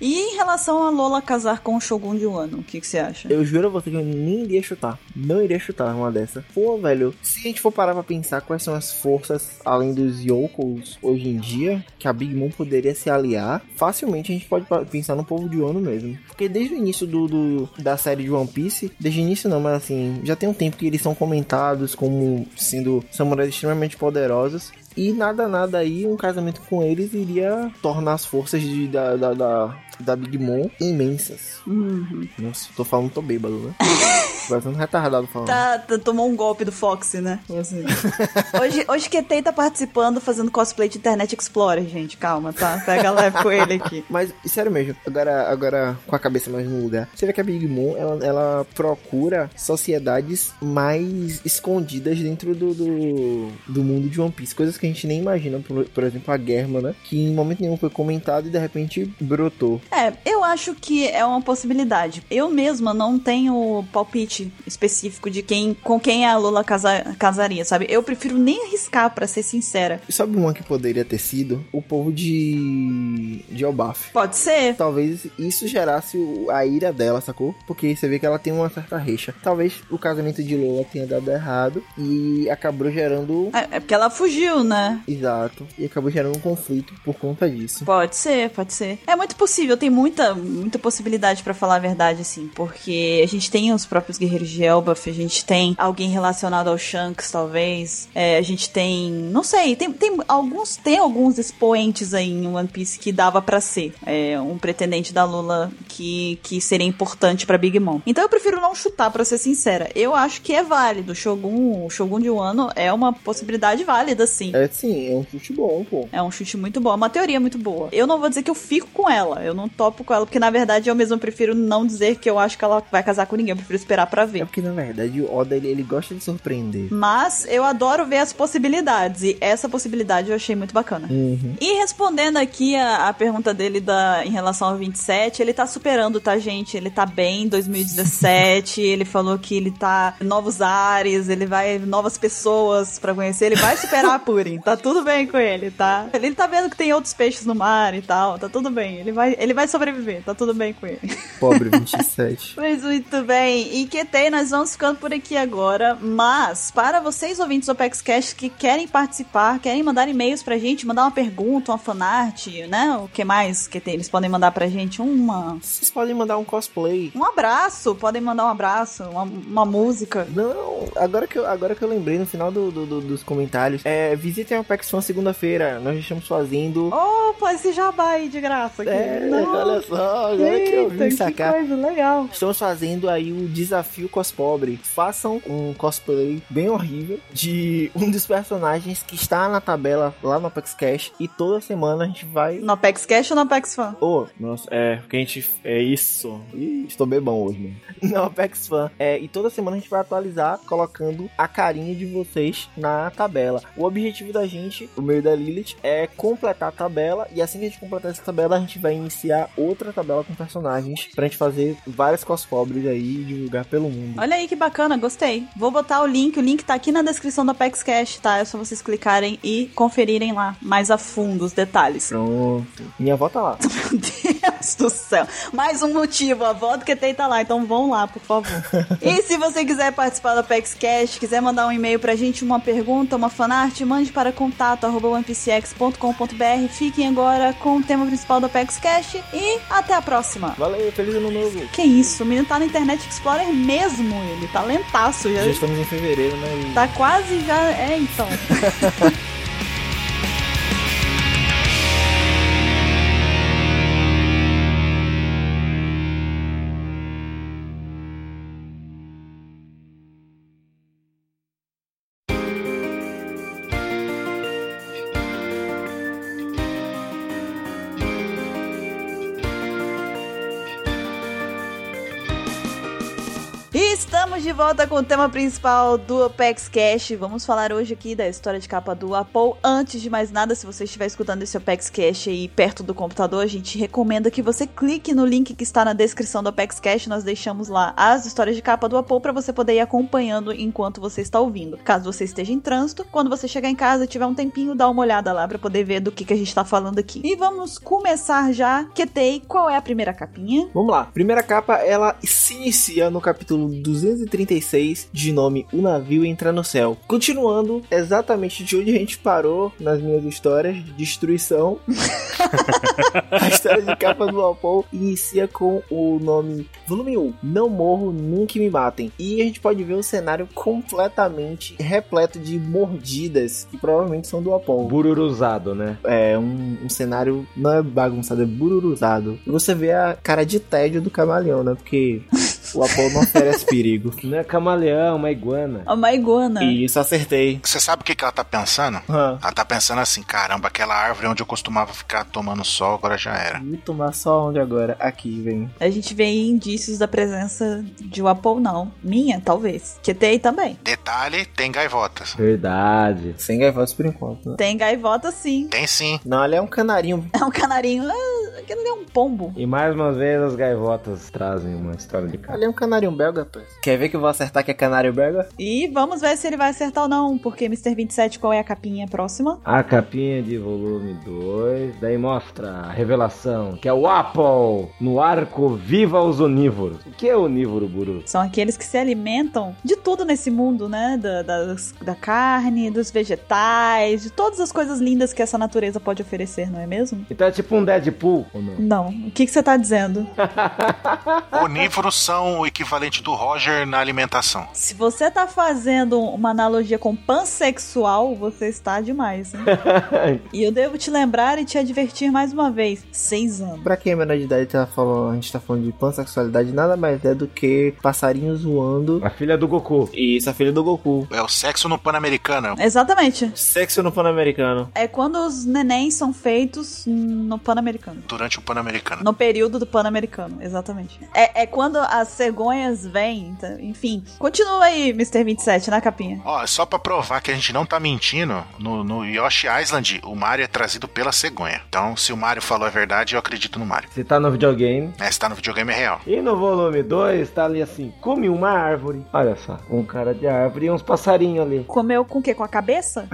Speaker 1: E em relação a Lola casar com o Shogun de Wano, o que que você acha?
Speaker 3: Eu juro a você que eu nem iria chutar. Não iria chutar uma dessa. Pô, velho, se a gente for parar pra pensar quais são as forças além dos Yokos hoje em dia, que a Big Mom poderia se aliar, facilmente a gente pode pa- pensar no povo de Wano mesmo. Porque desde o início do, do- da série de One Piece, desde o início não, mas assim, já tem um tempo que eles são comentados como sendo samurais extremamente poderosos. E nada, nada aí, um casamento com eles iria tornar as forças de- da, da, da, da Big Mom imensas.
Speaker 1: Uhum.
Speaker 3: Nossa, tô falando, tô bêbado, né? Parecendo retardado falando.
Speaker 1: Tá, tá- tomou um golpe do Fox, né? Hoje, hoje QT tá participando fazendo cosplay de Internet Explorer, gente. Calma, tá? Pega leve com ele aqui.
Speaker 3: Mas, sério mesmo, agora, agora com a cabeça mais no lugar, você vê que a Big Mom, ela, ela procura sociedades mais escondidas dentro do, do, do mundo de One Piece. Coisas que a gente nem imagina, por, por exemplo, a Germa, né? Que em momento nenhum foi comentado e de repente brotou.
Speaker 1: É, eu acho que é uma possibilidade. Eu mesma não tenho palpite específico de quem com quem a Lola casa- casaria, sabe? Eu prefiro nem arriscar, pra ser sincera.
Speaker 3: E sabe uma que poderia ter sido? O povo de. de Elbaf.
Speaker 1: Pode ser?
Speaker 3: Talvez isso gerasse o- a ira dela, sacou? Porque você vê que ela tem uma certa rixa. Talvez o casamento de Lola tenha dado errado e acabou gerando.
Speaker 1: É, é porque ela fugiu, né?
Speaker 3: Exato. E acabou gerando um conflito por conta disso.
Speaker 1: Pode ser, pode ser. É muito possível, tem muita, muita possibilidade pra falar a verdade, assim, porque a gente tem os próprios guerreiros de Elbaf, a gente tem alguém relacionado ao Shanks, talvez, é, a gente tem, não sei, tem, tem alguns, tem alguns expoentes aí em One Piece que dava pra ser é, um pretendente da Lula que, que seria importante pra Big Mom. Então eu prefiro não chutar, pra ser sincera. Eu acho que é válido, o Shogun, o Shogun de Wano é uma possibilidade válida, sim.
Speaker 3: É sim, é um chute bom, pô.
Speaker 1: É um chute muito bom, é uma teoria muito boa. Eu não vou dizer que eu fico com ela, eu não topo com ela, porque na verdade eu mesmo prefiro não dizer que eu acho que ela vai casar com ninguém, eu prefiro esperar pra pra
Speaker 3: É
Speaker 1: ver.
Speaker 3: porque, na verdade, o Oda, ele, ele gosta de surpreender.
Speaker 1: Mas eu adoro ver as possibilidades, e essa possibilidade eu achei muito bacana.
Speaker 3: Uhum.
Speaker 1: E respondendo aqui a, a pergunta dele da, em relação ao 27, ele tá superando, tá, gente? Ele tá bem em 2017, ele falou que ele tá em novos ares, ele vai em novas pessoas pra conhecer, ele vai superar a Purim, tá tudo bem com ele, tá? Ele tá vendo que tem outros peixes no mar e tal, tá tudo bem, ele vai, ele vai sobreviver, tá tudo bem com ele.
Speaker 3: Pobre 27.
Speaker 1: Pois muito bem, e Ketei, nós vamos ficando por aqui agora, mas para vocês ouvintes do Apex Cash que querem participar, querem mandar e-mails pra gente, mandar uma pergunta, uma fanart, né? O que mais, Ketei? Eles podem mandar pra gente uma...
Speaker 3: Vocês podem mandar um cosplay.
Speaker 1: Um abraço, podem mandar um abraço, uma, uma música.
Speaker 3: Não, agora que eu, agora que eu lembrei no final do, do- do- dos comentários, é, visitem a Apex Fan segunda-feira. Nós estamos fazendo.
Speaker 1: Opa, esse jabá aí de graça aqui.
Speaker 3: é,
Speaker 1: Nossa,
Speaker 3: olha só, agora que eu
Speaker 1: eita,
Speaker 3: vim sacar.
Speaker 1: Que coisa legal.
Speaker 3: Estamos fazendo aí o desafio cospobre. Façam um cosplay bem horrível de um dos personagens que está na tabela lá no Apex Cash e toda semana a gente vai.
Speaker 1: No Apex Cash ou no Apex Fan?
Speaker 3: Oh, nossa, é, porque a gente. É isso. Ih, estou bebão hoje, mano. No Apex Fan. É, e toda semana a gente vai atualizar colocando a carinha de vocês na tabela. O objetivo da gente, o meio da Lilith, é completar a tabela. E assim que a gente completar essa tabela, a gente vai iniciar outra tabela com personagens. Pra gente fazer várias cospobres aí e divulgar pelo mundo.
Speaker 1: Olha aí que bacana, gostei. Vou botar o link, o link tá aqui na descrição do Apex Cash, tá? É só vocês clicarem e conferirem lá mais a fundo os detalhes.
Speaker 3: Pronto. Minha avó tá lá.
Speaker 1: Meu Deus do céu. Mais um motivo, a avó do QT tá lá, então vão lá, por favor. e se você quiser participar do Apex Cash, quiser mandar um e-mail pra gente, uma pergunta, uma fanart, mande para contato arroba onepcx.com.br. Fiquem agora com o tema principal do Apex Cash e até a próxima.
Speaker 3: Valeu, feliz ano novo.
Speaker 1: Que isso, o menino tá na Internet Explorer mesmo, ele tá lentaço. Já,
Speaker 3: Já estamos em fevereiro, né? E-
Speaker 1: Tá quase já. É, então. E estamos de volta com o tema principal do Opex Cash. Vamos falar hoje aqui da história de capa do Apple. Antes de mais nada, se você estiver escutando esse Opex Cash aí perto do computador, a gente recomenda que você clique no link que está na descrição do Opex Cash. Nós deixamos lá as histórias de capa do Apple para você poder ir acompanhando enquanto você está ouvindo. Caso você esteja em trânsito, quando você chegar em casa e tiver um tempinho, dá uma olhada lá para poder ver do que, que a gente está falando aqui. E vamos começar já. Ketei, qual é a primeira capinha?
Speaker 3: Vamos lá. Primeira capa, ela se inicia no capítulo 236, de nome O Navio Entra no Céu. Continuando exatamente de onde a gente parou nas minhas histórias de destruição. a história de capa do Apol inicia com o nome Volume 1, Não Morro Nem Que Me Matem. E a gente pode ver o cenário completamente repleto de mordidas, que provavelmente são do Apol.
Speaker 4: Bururuzado, né?
Speaker 3: É um, um cenário, não é bagunçado, é bururuzado. E você vê a cara de tédio do camaleão, né? Porque o Apolo não oferece perigo.
Speaker 4: Não é camaleão, uma iguana.
Speaker 1: Uma iguana.
Speaker 3: Isso, acertei.
Speaker 5: Você sabe o que, que ela tá pensando?
Speaker 3: Ah,
Speaker 5: Ela tá pensando assim, caramba, aquela árvore onde eu costumava ficar tomando sol, agora já era.
Speaker 3: vou tomar só onde agora? Aqui, vem.
Speaker 1: A gente vê aí indícios da presença de Wapol, não. Minha, talvez. QTI também.
Speaker 5: Detalhe, tem gaivotas.
Speaker 4: Verdade.
Speaker 3: Sem gaivotas por enquanto, né?
Speaker 1: Tem gaivota, sim.
Speaker 5: Tem sim.
Speaker 3: Não, ali é um canarinho.
Speaker 1: É um canarinho. ah, Aquilo ali é um pombo.
Speaker 4: E mais uma vez as gaivotas trazem uma história de cara.
Speaker 3: Ali é um canário belga, pô. Quer ver que eu vou acertar que é canário belga?
Speaker 1: E vamos ver se ele vai acertar ou não, porque Mr. 27, qual é a capinha próxima?
Speaker 4: A capinha de volume 2, daí mostra a revelação, que é o Apple no arco Viva os Onívoros. O que é onívoro, Buru?
Speaker 1: São aqueles que se alimentam de tudo nesse mundo, né? Da, das- da carne, dos vegetais, de todas as coisas lindas que essa natureza pode oferecer, não é mesmo?
Speaker 4: Então é tipo um Deadpool, ou não?
Speaker 1: Não. O que, que você tá dizendo?
Speaker 5: Onívoros são o equivalente do Roger na alimentação.
Speaker 1: Se você tá fazendo uma analogia com pansexual, você está demais, hein? E eu devo te lembrar e te advertir mais uma vez: seis anos.
Speaker 3: Pra quem é menor de idade, tá falando, a gente tá falando de pansexualidade, nada mais é do que passarinhos voando.
Speaker 4: A filha do Goku.
Speaker 3: Isso, a filha do Goku.
Speaker 5: É o sexo no Pan-Americano.
Speaker 1: Exatamente.
Speaker 3: Sexo no Pan-Americano.
Speaker 1: É quando os nenéns são feitos no Pan-Americano.
Speaker 5: durante o Pan-Americano.
Speaker 1: No período do Pan-Americano, exatamente. É, é quando as cegonhas vêm, tá? enfim. Continua aí, Mr. 27, na capinha.
Speaker 5: Ó, é só pra provar que a gente não tá mentindo, no, no Yoshi Island, o Mario é trazido pela cegonha. Então, se o Mario falou a verdade, eu acredito no Mario.
Speaker 4: Se tá no videogame.
Speaker 5: É, se tá no videogame é real.
Speaker 4: E no volume 2 tá ali assim: come uma árvore. Olha só, um cara de árvore e uns passarinhos ali.
Speaker 1: Comeu com o quê? Com a cabeça?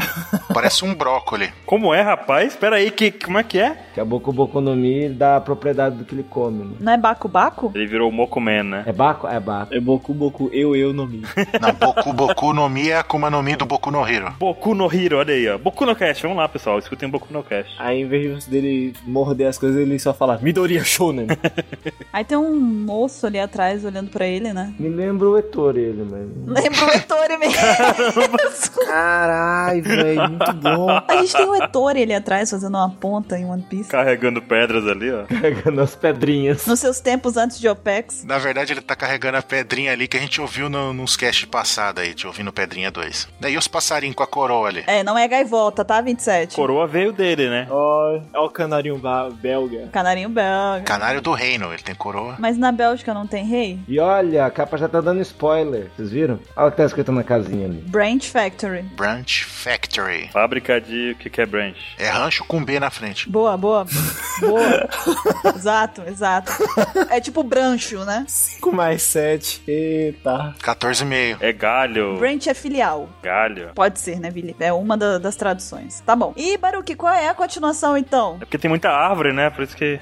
Speaker 5: Parece um brócoli.
Speaker 2: Como é, rapaz? Pera aí, que, como é que é?
Speaker 4: Que a Boku Boku no Mi dá a propriedade do que ele come, né?
Speaker 1: Não é baco-baco?
Speaker 2: Ele virou o Mokuman, né?
Speaker 4: É Baco? É Baco.
Speaker 8: É Boku Boku, eu, eu no Mi.
Speaker 5: Não, Boku Boku no Mi é a Akuma no Mi do Boku no Hero.
Speaker 2: Boku no Hiro, olha aí, ó. Boku no Cast, vamos lá, pessoal. Escutem Boku no Cast.
Speaker 8: Aí, em vez dele morder as coisas, ele só fala Midoriya Shonen.
Speaker 1: Aí tem um moço ali atrás olhando pra ele, né?
Speaker 4: Me lembra o Ettore ele, mas.
Speaker 1: Lembra o Ettore mesmo.
Speaker 3: Caralho, velho, muito bom.
Speaker 1: A gente tem o Ettore ali atrás fazendo uma ponta em One Piece.
Speaker 2: Carregando pedras ali, ó.
Speaker 4: Pegando as pedrinhas.
Speaker 1: Nos seus tempos antes de OPEX.
Speaker 5: Na verdade, ele tá carregando a pedrinha ali que a gente ouviu no, nos cast passados aí, te ouvindo Pedrinha 2. Daí os passarinhos com a coroa ali.
Speaker 1: É, não é gaivota, tá, 27?
Speaker 2: Coroa veio dele, né?
Speaker 8: Ó, é o canarinho ba- belga.
Speaker 1: Canarinho belga.
Speaker 5: Canário do reino, ele tem coroa.
Speaker 1: Mas na Bélgica não tem rei?
Speaker 4: E olha, a capa já tá dando spoiler. Vocês viram? Olha o que tá escrito na casinha ali.
Speaker 1: Branch Factory.
Speaker 5: Branch Factory.
Speaker 2: Fábrica de o que, que é branch?
Speaker 5: É rancho com B na frente.
Speaker 1: Boa, boa. Boa. exato, exato. É tipo brancho, né?
Speaker 8: 5 mais 7. Eita.
Speaker 5: 14,5.
Speaker 2: É galho.
Speaker 1: Branch é filial.
Speaker 2: Galho.
Speaker 1: Pode ser, né, Vili? É uma da- das traduções. Tá bom. E, Baruque, qual é a continuação, então?
Speaker 2: É porque tem muita árvore, né? Por isso que.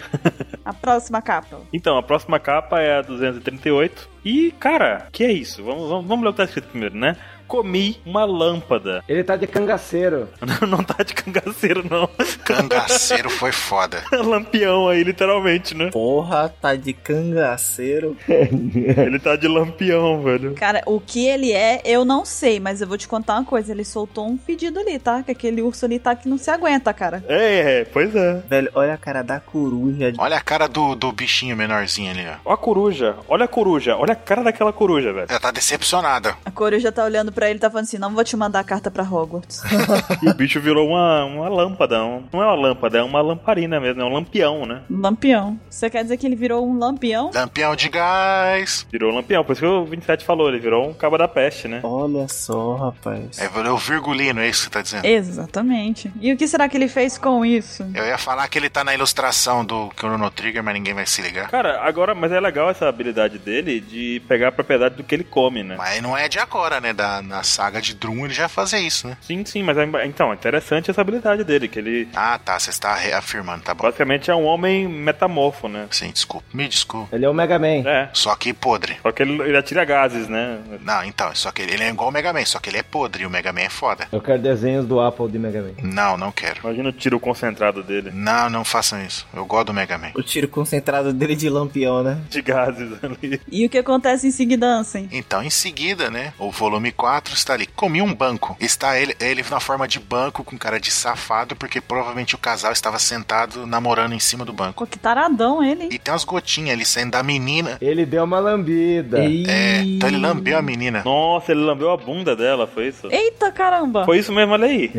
Speaker 1: A próxima capa.
Speaker 2: Então, a próxima capa é a 238. E, cara, que é isso? Vamos, vamos, vamos ler o que tá escrito primeiro, né? Comi uma lâmpada.
Speaker 4: Ele tá de cangaceiro.
Speaker 2: Não, não tá de cangaceiro, não. Tá
Speaker 5: Cangaceiro foi foda.
Speaker 2: Lampião aí, literalmente, né?
Speaker 3: Porra, tá de cangaceiro.
Speaker 2: Ele tá de lampião, velho.
Speaker 1: Cara, o que ele é, eu não sei, mas eu vou te contar uma coisa. Ele soltou um pedido ali, tá? Que aquele urso ali tá que não se aguenta, cara.
Speaker 2: É, é, pois é.
Speaker 3: Velho, olha a cara da coruja.
Speaker 5: Olha a cara do, do bichinho menorzinho ali, ó.
Speaker 2: Ó a coruja, olha a coruja, olha a cara daquela coruja, velho.
Speaker 5: Ela tá decepcionada.
Speaker 1: A coruja tá olhando pra ele e tá falando assim: não vou te mandar carta pra Hogwarts.
Speaker 2: E o bicho virou uma, uma lâmpada. um- não é uma lâmpada, é uma lamparina mesmo, é um lampião, né?
Speaker 1: lampião. Você quer dizer que ele virou um lampião?
Speaker 5: Lampião de gás.
Speaker 2: Virou um lampião, por isso que o 27 falou, ele virou um cabo da peste, né?
Speaker 3: Olha só, rapaz.
Speaker 5: É o virgulino, é isso que você tá dizendo?
Speaker 1: Exatamente. E o que será que ele fez com isso?
Speaker 5: Eu ia falar que ele tá na ilustração do Chrono Trigger, mas ninguém vai se ligar.
Speaker 2: Cara, agora, mas é legal essa habilidade dele de pegar a propriedade do que ele come, né?
Speaker 5: Mas não é de agora, né? Da, na saga de Drum ele já fazia isso, né?
Speaker 2: Sim, sim, mas é, então, é interessante essa habilidade dele, que ele
Speaker 5: Ah, tá. Você está reafirmando, tá bom.
Speaker 2: basicamente é um homem metamorfo, né?
Speaker 5: Sim, desculpa. Me desculpa.
Speaker 4: Ele é o Mega Man.
Speaker 2: É.
Speaker 5: Só que podre.
Speaker 2: Só que ele, ele atira gases, né?
Speaker 5: Não, então, só que ele, ele é igual o Mega Man, só que ele é podre e o Mega Man é foda.
Speaker 4: Eu quero desenhos do Apple de Mega Man.
Speaker 5: Não, não quero.
Speaker 2: Imagina o tiro concentrado dele.
Speaker 5: Não, não façam isso. Eu gosto do Mega Man.
Speaker 3: O tiro concentrado dele de lampião, né?
Speaker 2: De gases ali.
Speaker 1: E o que acontece em seguida, Ansem?
Speaker 5: Então, em seguida, né? O volume 4 está ali. Comi um banco. Está ele, ele na forma de banco, com cara de safado, porque provavelmente o casal estava sentado namorando em cima do banco.
Speaker 1: Pô, que taradão ele, hein?
Speaker 5: E tem umas gotinhas ali saindo da menina.
Speaker 4: Ele deu uma lambida.
Speaker 5: É, então ele lambeu a menina.
Speaker 2: Nossa, ele lambeu a bunda dela, foi isso?
Speaker 1: Eita caramba!
Speaker 2: Foi isso mesmo, olha aí.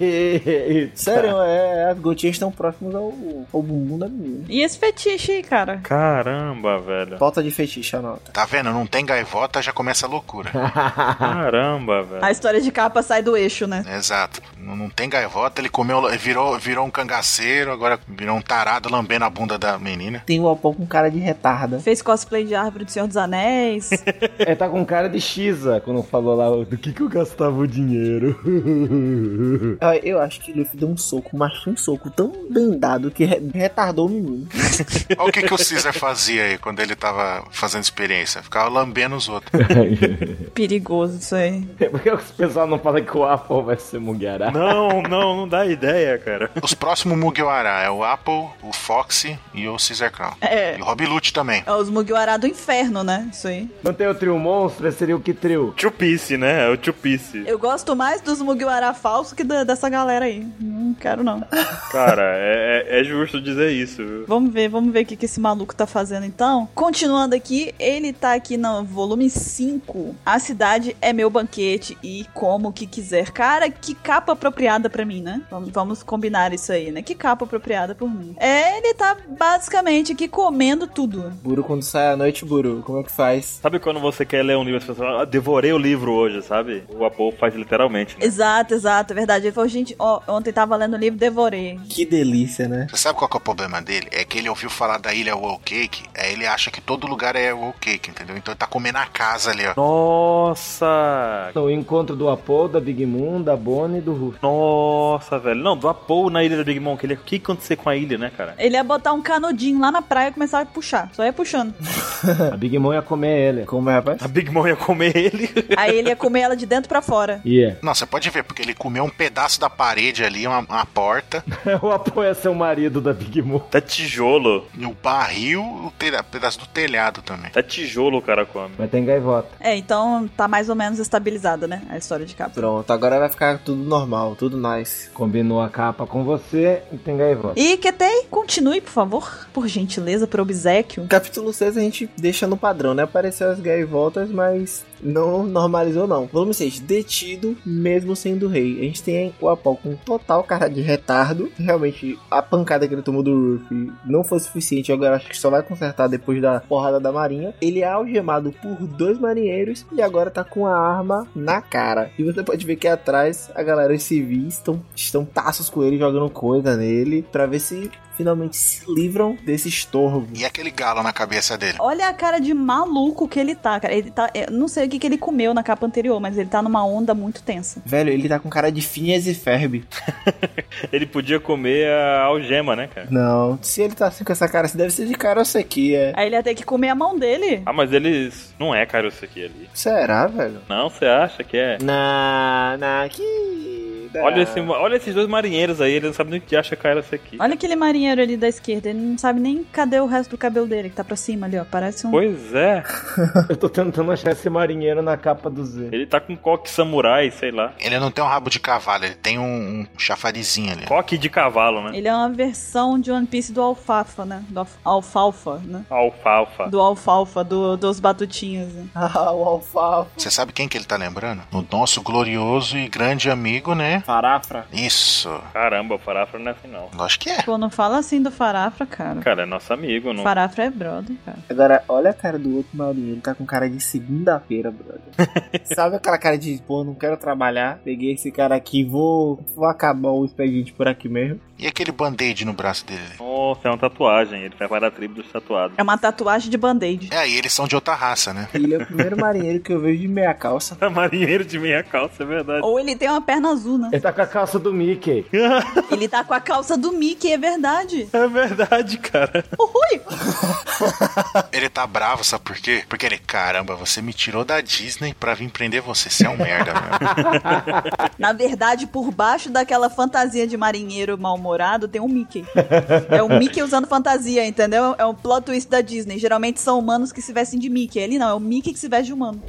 Speaker 4: Eita.
Speaker 3: Sério, é, as gotinhas estão próximas ao, ao bumbum da menina.
Speaker 1: E esse fetiche aí, cara?
Speaker 2: Caramba, velho.
Speaker 3: Falta de feitiço, anota.
Speaker 5: Tá vendo? Não tem gaivota, já começa a loucura.
Speaker 2: Caramba, velho.
Speaker 1: A história de capa sai do eixo, né?
Speaker 5: Exato. Não, não tem gaivota, ele comeu, virou, virou um cangaceiro, agora virou um tarado lambendo a bunda da menina.
Speaker 3: Tem o Alpão com cara de retarda.
Speaker 1: Fez cosplay de árvore do Senhor dos Anéis.
Speaker 4: Ele tá com cara de Xisa quando falou lá do que que eu gastava o dinheiro.
Speaker 3: Ah, Eu acho que o Luffy deu um soco, mas um soco tão dandado que re- retardou o menino.
Speaker 5: Olha o que, que o Caesar fazia aí quando ele tava fazendo experiência. Ficava lambendo os outros.
Speaker 1: Perigoso isso aí.
Speaker 4: Por que os pessoal não fala que o Apple vai ser Mugiará?
Speaker 2: Não, não, não dá ideia, cara.
Speaker 5: Os próximos Mugiwara é o Apple, o Foxy e o Caesar Crown.
Speaker 1: É.
Speaker 5: E o Rob Lute também.
Speaker 1: É os Mugiwara do inferno, né? Isso aí.
Speaker 4: Não tem o trio monstro, seria o que trio?
Speaker 2: Chupice, né? É o Chupice.
Speaker 1: Eu gosto mais dos Mugiwara falso que da- dessa galera aí. Não quero não.
Speaker 2: Cara, é, é- é justo dizer isso, viu?
Speaker 1: Vamos ver, vamos ver o que, que esse maluco tá fazendo então. Continuando aqui, ele tá aqui no volume 5. A cidade é é meu banquete e como o que quiser. Cara, que capa apropriada pra mim, né? Vamos, vamos combinar isso aí, né? Que capa apropriada por mim. É, ele tá basicamente aqui comendo tudo.
Speaker 3: Buru quando sai à noite, Buru, como é que faz?
Speaker 2: Sabe quando você quer ler um livro e as pessoas falam, ah, devorei o livro hoje, sabe? O Apple faz literalmente, né?
Speaker 1: Exato, exato, é verdade. Ele falou, gente, ó, ontem tava lendo o livro, devorei.
Speaker 3: Que delícia, né?
Speaker 5: Você sabe qual que é o problema dele? É que ele ouviu falar da ilha Wall Cake, aí ele acha que todo lugar é Wall Cake, entendeu? Então ele tá comendo a casa ali, ó.
Speaker 2: Nossa!
Speaker 4: O encontro do Apple, da Big Moon, da Bonnie e do Ruff.
Speaker 2: Nossa, velho. Não, do Apple na ilha da Big Mom, que ele- é, o que aconteceu com a ilha, né, cara?
Speaker 1: Ele ia botar um canudinho lá na praia e começar a puxar. Só ia puxando.
Speaker 4: A Big Mom ia comer ele.
Speaker 3: Como é, rapaz?
Speaker 2: A Big Mom ia comer ele.
Speaker 1: Aí ele ia comer ela de dentro pra fora.
Speaker 4: Ia.
Speaker 5: Não, você pode ver, porque ele comeu um pedaço da parede ali, uma, uma porta,
Speaker 4: o Apple ia ser o marido da Big Moon.
Speaker 2: Tá tijolo.
Speaker 5: e o barril, o telha- pedaço do telhado também.
Speaker 2: Tá tijolo o cara come.
Speaker 4: Mas tem gaivota.
Speaker 1: É, então tá mais ou menos estabilizada, né? A história de capa.
Speaker 3: Pronto, agora vai ficar tudo normal, tudo nice.
Speaker 4: Combinou a capa com você e tem gaivota.
Speaker 1: E Ketei, continue, por favor. Por gentileza, por obsequio.
Speaker 3: Capítulo 6 a gente deixa no padrão, né? Apareceu as gaivotas, mas não normalizou, não. Volume 6, detido mesmo sendo rei. A gente tem o Apol com total cara de retardo. Realmente, a pancada que ele tomou do Ruffy não foi suficiente. Agora acho que só vai consertar depois da porrada da marinha. Ele é algemado por dois marinheiros e agora tá com a arma na cara. E você pode ver que atrás a galera, os civis, estão, estão taços com ele, jogando coisa nele, pra ver se finalmente se livram desse estorvo.
Speaker 5: E aquele galo na cabeça dele.
Speaker 1: Olha a cara de maluco que ele tá, cara. Ele tá. eu não sei o que, que ele comeu na capa anterior, mas ele tá numa onda muito tensa.
Speaker 3: Velho, ele tá com cara de Phineas e Ferb.
Speaker 2: Ele podia comer a algema, né, cara?
Speaker 3: Não, se ele tá assim com essa cara, se deve ser de cara ou aqui, é.
Speaker 1: Aí ele ia ter que comer a mão dele.
Speaker 2: Ah, mas eles. Não é caro isso aqui ali.
Speaker 3: Será, velho?
Speaker 2: Não, você acha que é?
Speaker 3: Na, na, que...
Speaker 2: Olha, esse, olha esses dois marinheiros aí, eles não sabem nem o que acha cara isso aqui.
Speaker 1: Olha aquele marinheiro ali da esquerda. Ele não sabe nem cadê o resto do cabelo dele, que tá pra cima ali, ó. Parece um.
Speaker 2: Pois é,
Speaker 4: Eu tô tentando achar esse marinheiro na capa do Z.
Speaker 2: ele tá com coque samurai, sei lá.
Speaker 5: Ele não tem um rabo de cavalo, ele tem um, um chafarizinho ali.
Speaker 2: Coque de cavalo, né?
Speaker 1: Ele é uma versão de One Piece do alfafa, né? Do alf- alfalfa, né?
Speaker 2: Alfalfa.
Speaker 1: Do alfalfa, do, dos batutinhos. né?
Speaker 3: Ah, o alfalfa.
Speaker 5: Você sabe quem que ele tá lembrando? O nosso glorioso e grande amigo, né?
Speaker 3: Farafra.
Speaker 5: Isso.
Speaker 2: Caramba, o farafra não é assim não.
Speaker 5: Lógico que é.
Speaker 1: Pô, não fala assim do farafra, cara.
Speaker 2: Cara, é nosso amigo, não.
Speaker 1: Farafra é brother, cara.
Speaker 3: Agora, olha a cara do outro marinheiro. Ele tá com cara de segunda-feira, brother. Sabe aquela cara de, pô, não quero trabalhar. Peguei esse cara aqui, vou, vou acabar o expediente por aqui mesmo.
Speaker 5: E aquele band-aid no braço dele?
Speaker 2: Nossa, é uma tatuagem, ele vai para a tribo dos tatuados.
Speaker 1: É uma tatuagem de band-aid.
Speaker 5: É, e eles são de outra raça, né?
Speaker 3: E ele é o primeiro marinheiro que eu vejo de meia calça.
Speaker 2: É marinheiro de meia calça, é verdade.
Speaker 1: Ou ele tem uma perna azul, né?
Speaker 4: Ele tá com a calça do Mickey.
Speaker 1: Ele tá com a calça do Mickey, é verdade.
Speaker 2: É verdade, cara.
Speaker 1: O Rui!
Speaker 5: Ele tá bravo, sabe por quê? Porque ele, caramba, você me tirou da Disney pra vir prender você. Você é um merda, meu.
Speaker 1: Na verdade, por baixo daquela fantasia de marinheiro mal-humorado tem um Mickey. É um Mickey usando fantasia, entendeu? É um plot twist da Disney. Geralmente são humanos que se vestem de Mickey. Ele não, é o Mickey que se veste de humano.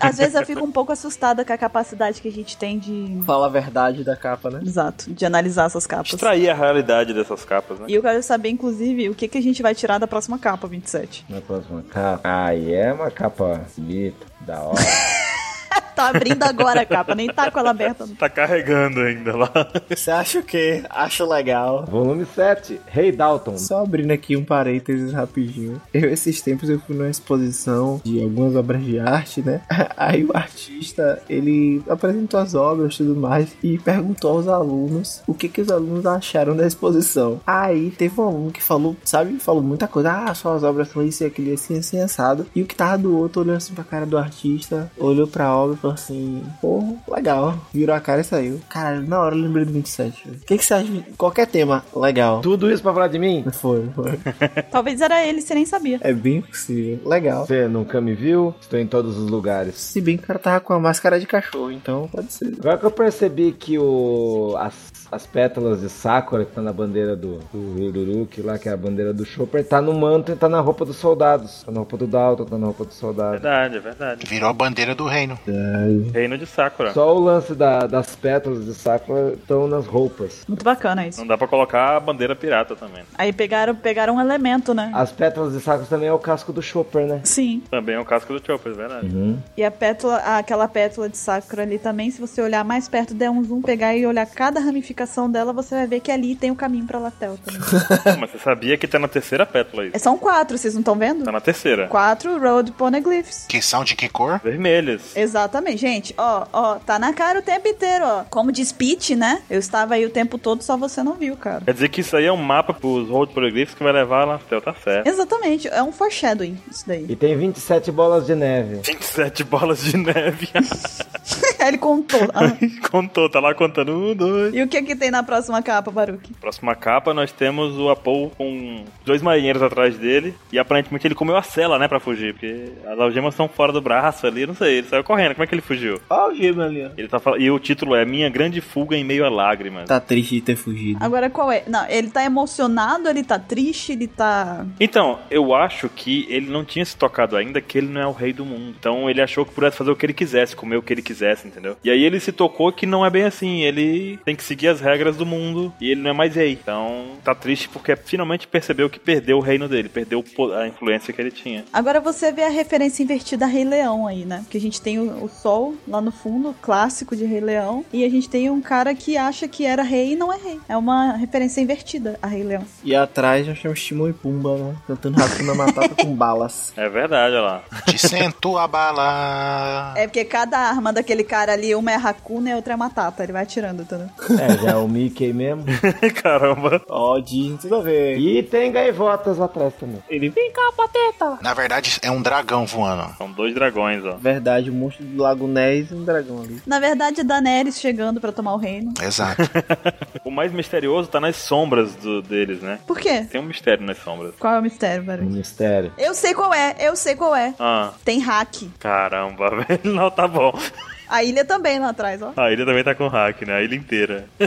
Speaker 1: Às vezes eu fico um pouco assustada com a capacidade que a gente tem de.
Speaker 3: Fala a verdade da capa, né?
Speaker 1: Exato, de analisar essas capas.
Speaker 2: Extrair a realidade dessas capas, né?
Speaker 1: E eu quero saber, inclusive, o que, que a gente vai tirar da próxima capa, 27.
Speaker 4: Na próxima capa. Ah, e é uma capa bonita, da hora.
Speaker 1: Tá abrindo agora a capa, nem tá com ela aberta.
Speaker 2: Tá carregando ainda lá.
Speaker 3: Você acha o quê? Acho legal.
Speaker 4: Volume 7, Rei Dalton.
Speaker 3: Só abrindo aqui um parênteses rapidinho. Eu, esses tempos, eu fui numa exposição de algumas obras de arte, né? Aí o artista, ele apresentou as obras e tudo mais e perguntou aos alunos o que, que os alunos acharam da exposição. Aí teve um aluno que falou, sabe, falou muita coisa. Ah, só as obras são isso e aquilo, assim, assim, assado. E o que tava do outro olhou assim pra cara do artista, olhou pra obra e falou assim: Pô, legal. Virou a cara e saiu. Caralho, na hora eu lembrei do 27. velho. O que, que você acha? de Qualquer tema, legal.
Speaker 4: Tudo isso pra falar de mim?
Speaker 3: Foi, foi.
Speaker 1: Talvez era ele, você nem sabia.
Speaker 3: É bem possível. Legal.
Speaker 4: Você nunca me viu? Estou em todos os lugares.
Speaker 3: Se bem que o cara tava com a máscara de cachorro, então pode ser.
Speaker 4: Agora que eu percebi que o as, as pétalas de Sakura que tá na bandeira do, do Yururuki lá, que é a bandeira do Chopper, tá no manto e tá na roupa dos soldados. Tá na roupa do Dalton, tá na roupa dos soldados.
Speaker 2: Verdade, é verdade.
Speaker 5: Virou a bandeira do reino.
Speaker 3: Caralho.
Speaker 2: Reino de Sakura.
Speaker 4: Só o lance da- das pétalas de Sakura estão nas roupas.
Speaker 1: Muito bacana isso.
Speaker 2: Não dá pra colocar a bandeira pirata também.
Speaker 1: Aí pegaram, pegaram um elemento,
Speaker 2: Ah.
Speaker 1: né?
Speaker 4: As pétalas de Sakura também é o casco do Chopper, né?
Speaker 1: Sim.
Speaker 2: Também é o casco do Chopper, verdade.
Speaker 1: E a pétala, aquela pétala de Sakura ali também, se você olhar mais perto, der um zoom, pegar e olhar cada ramificação dela, você vai ver que ali tem o caminho pra Latel também.
Speaker 2: Pô, Mas você sabia que tá na terceira pétala isso?
Speaker 1: É, São quatro, vocês não estão vendo?
Speaker 2: Tá na terceira.
Speaker 1: Quatro Road Poneglyphs.
Speaker 5: Que são de que cor?
Speaker 2: Vermelhas.
Speaker 1: Exatamente, gente, ó, ó, tá na cara o tempo inteiro, ó. Como diz Pete, né? Eu estava aí o tempo todo, só você não viu, cara.
Speaker 2: Quer dizer que isso aí é um mapa pros Road Polyglyphs que vai levar lá. Então tá certo.
Speaker 1: Exatamente, é um foreshadowing isso daí.
Speaker 4: E tem 27 bolas de neve.
Speaker 2: 27 bolas de neve.
Speaker 1: Ele contou. Ah.
Speaker 2: Contou, tá lá contando. Um, dois.
Speaker 1: E o que que tem na próxima capa, Baruque?
Speaker 2: Próxima capa, nós temos o Apol com dois marinheiros atrás dele. E aparentemente ele comeu a cela, né, pra fugir. Porque as algemas estão fora do braço ali, não sei. Ele saiu correndo. Como é que ele fugiu?
Speaker 8: Olha o Gema ali, ó.
Speaker 2: Ele tá falando. E o título é Minha Grande Fuga em Meio a Lágrimas.
Speaker 3: Tá triste de ter fugido.
Speaker 1: Agora qual é? Não, ele tá emocionado, ele tá triste, ele tá.
Speaker 2: Então, eu acho que ele não tinha se tocado ainda que ele não é o rei do mundo. Então ele achou que pudesse fazer o que ele quisesse, comer o que ele quisesse, entendeu? E aí ele se tocou que não é bem assim. Ele tem que seguir as regras do mundo e ele não é mais rei. Então tá triste porque finalmente percebeu que perdeu o reino dele, perdeu o po- a influência que ele tinha.
Speaker 1: Agora você vê a referência invertida a Rei Leão aí, né? Porque a gente tem o, o sol lá no fundo, clássico de Rei Leão, e a gente tem um cara que acha que era rei e não é rei. É uma referência invertida a Rei Leão.
Speaker 3: E atrás nós temos Timão e Pumba, né? Cantando Hakuna Matata com balas.
Speaker 2: É verdade, olha lá.
Speaker 5: De cento a bala.
Speaker 1: É porque cada arma daquele cara ali, uma é Hakuna e a outra é Matata. Ele vai atirando, entendeu?
Speaker 4: É, já é o Mickey mesmo.
Speaker 2: Caramba.
Speaker 8: Ó, Disney, tudo a ver.
Speaker 4: E tem gaivotas lá atrás também.
Speaker 8: Ele
Speaker 5: Na verdade, é um dragão voando.
Speaker 2: São dois dragões, ó.
Speaker 3: Verdade, o monstro do Lago Ness e um dragão ali.
Speaker 1: Na verdade, Daenerys chegando pra tomar o reino.
Speaker 5: Exato.
Speaker 2: O mais misterioso tá nas sombras do- deles, né?
Speaker 1: Por quê?
Speaker 2: Tem um mistério nas sombras.
Speaker 1: Qual é o mistério,
Speaker 4: Um
Speaker 1: Baruch?
Speaker 4: mistério.
Speaker 1: Eu sei qual é, eu sei qual é.
Speaker 2: Ah,
Speaker 1: Tem hack.
Speaker 2: caramba, velho. Não, tá bom.
Speaker 1: A ilha também lá atrás, ó.
Speaker 2: A ilha também tá com hack, né? A ilha inteira.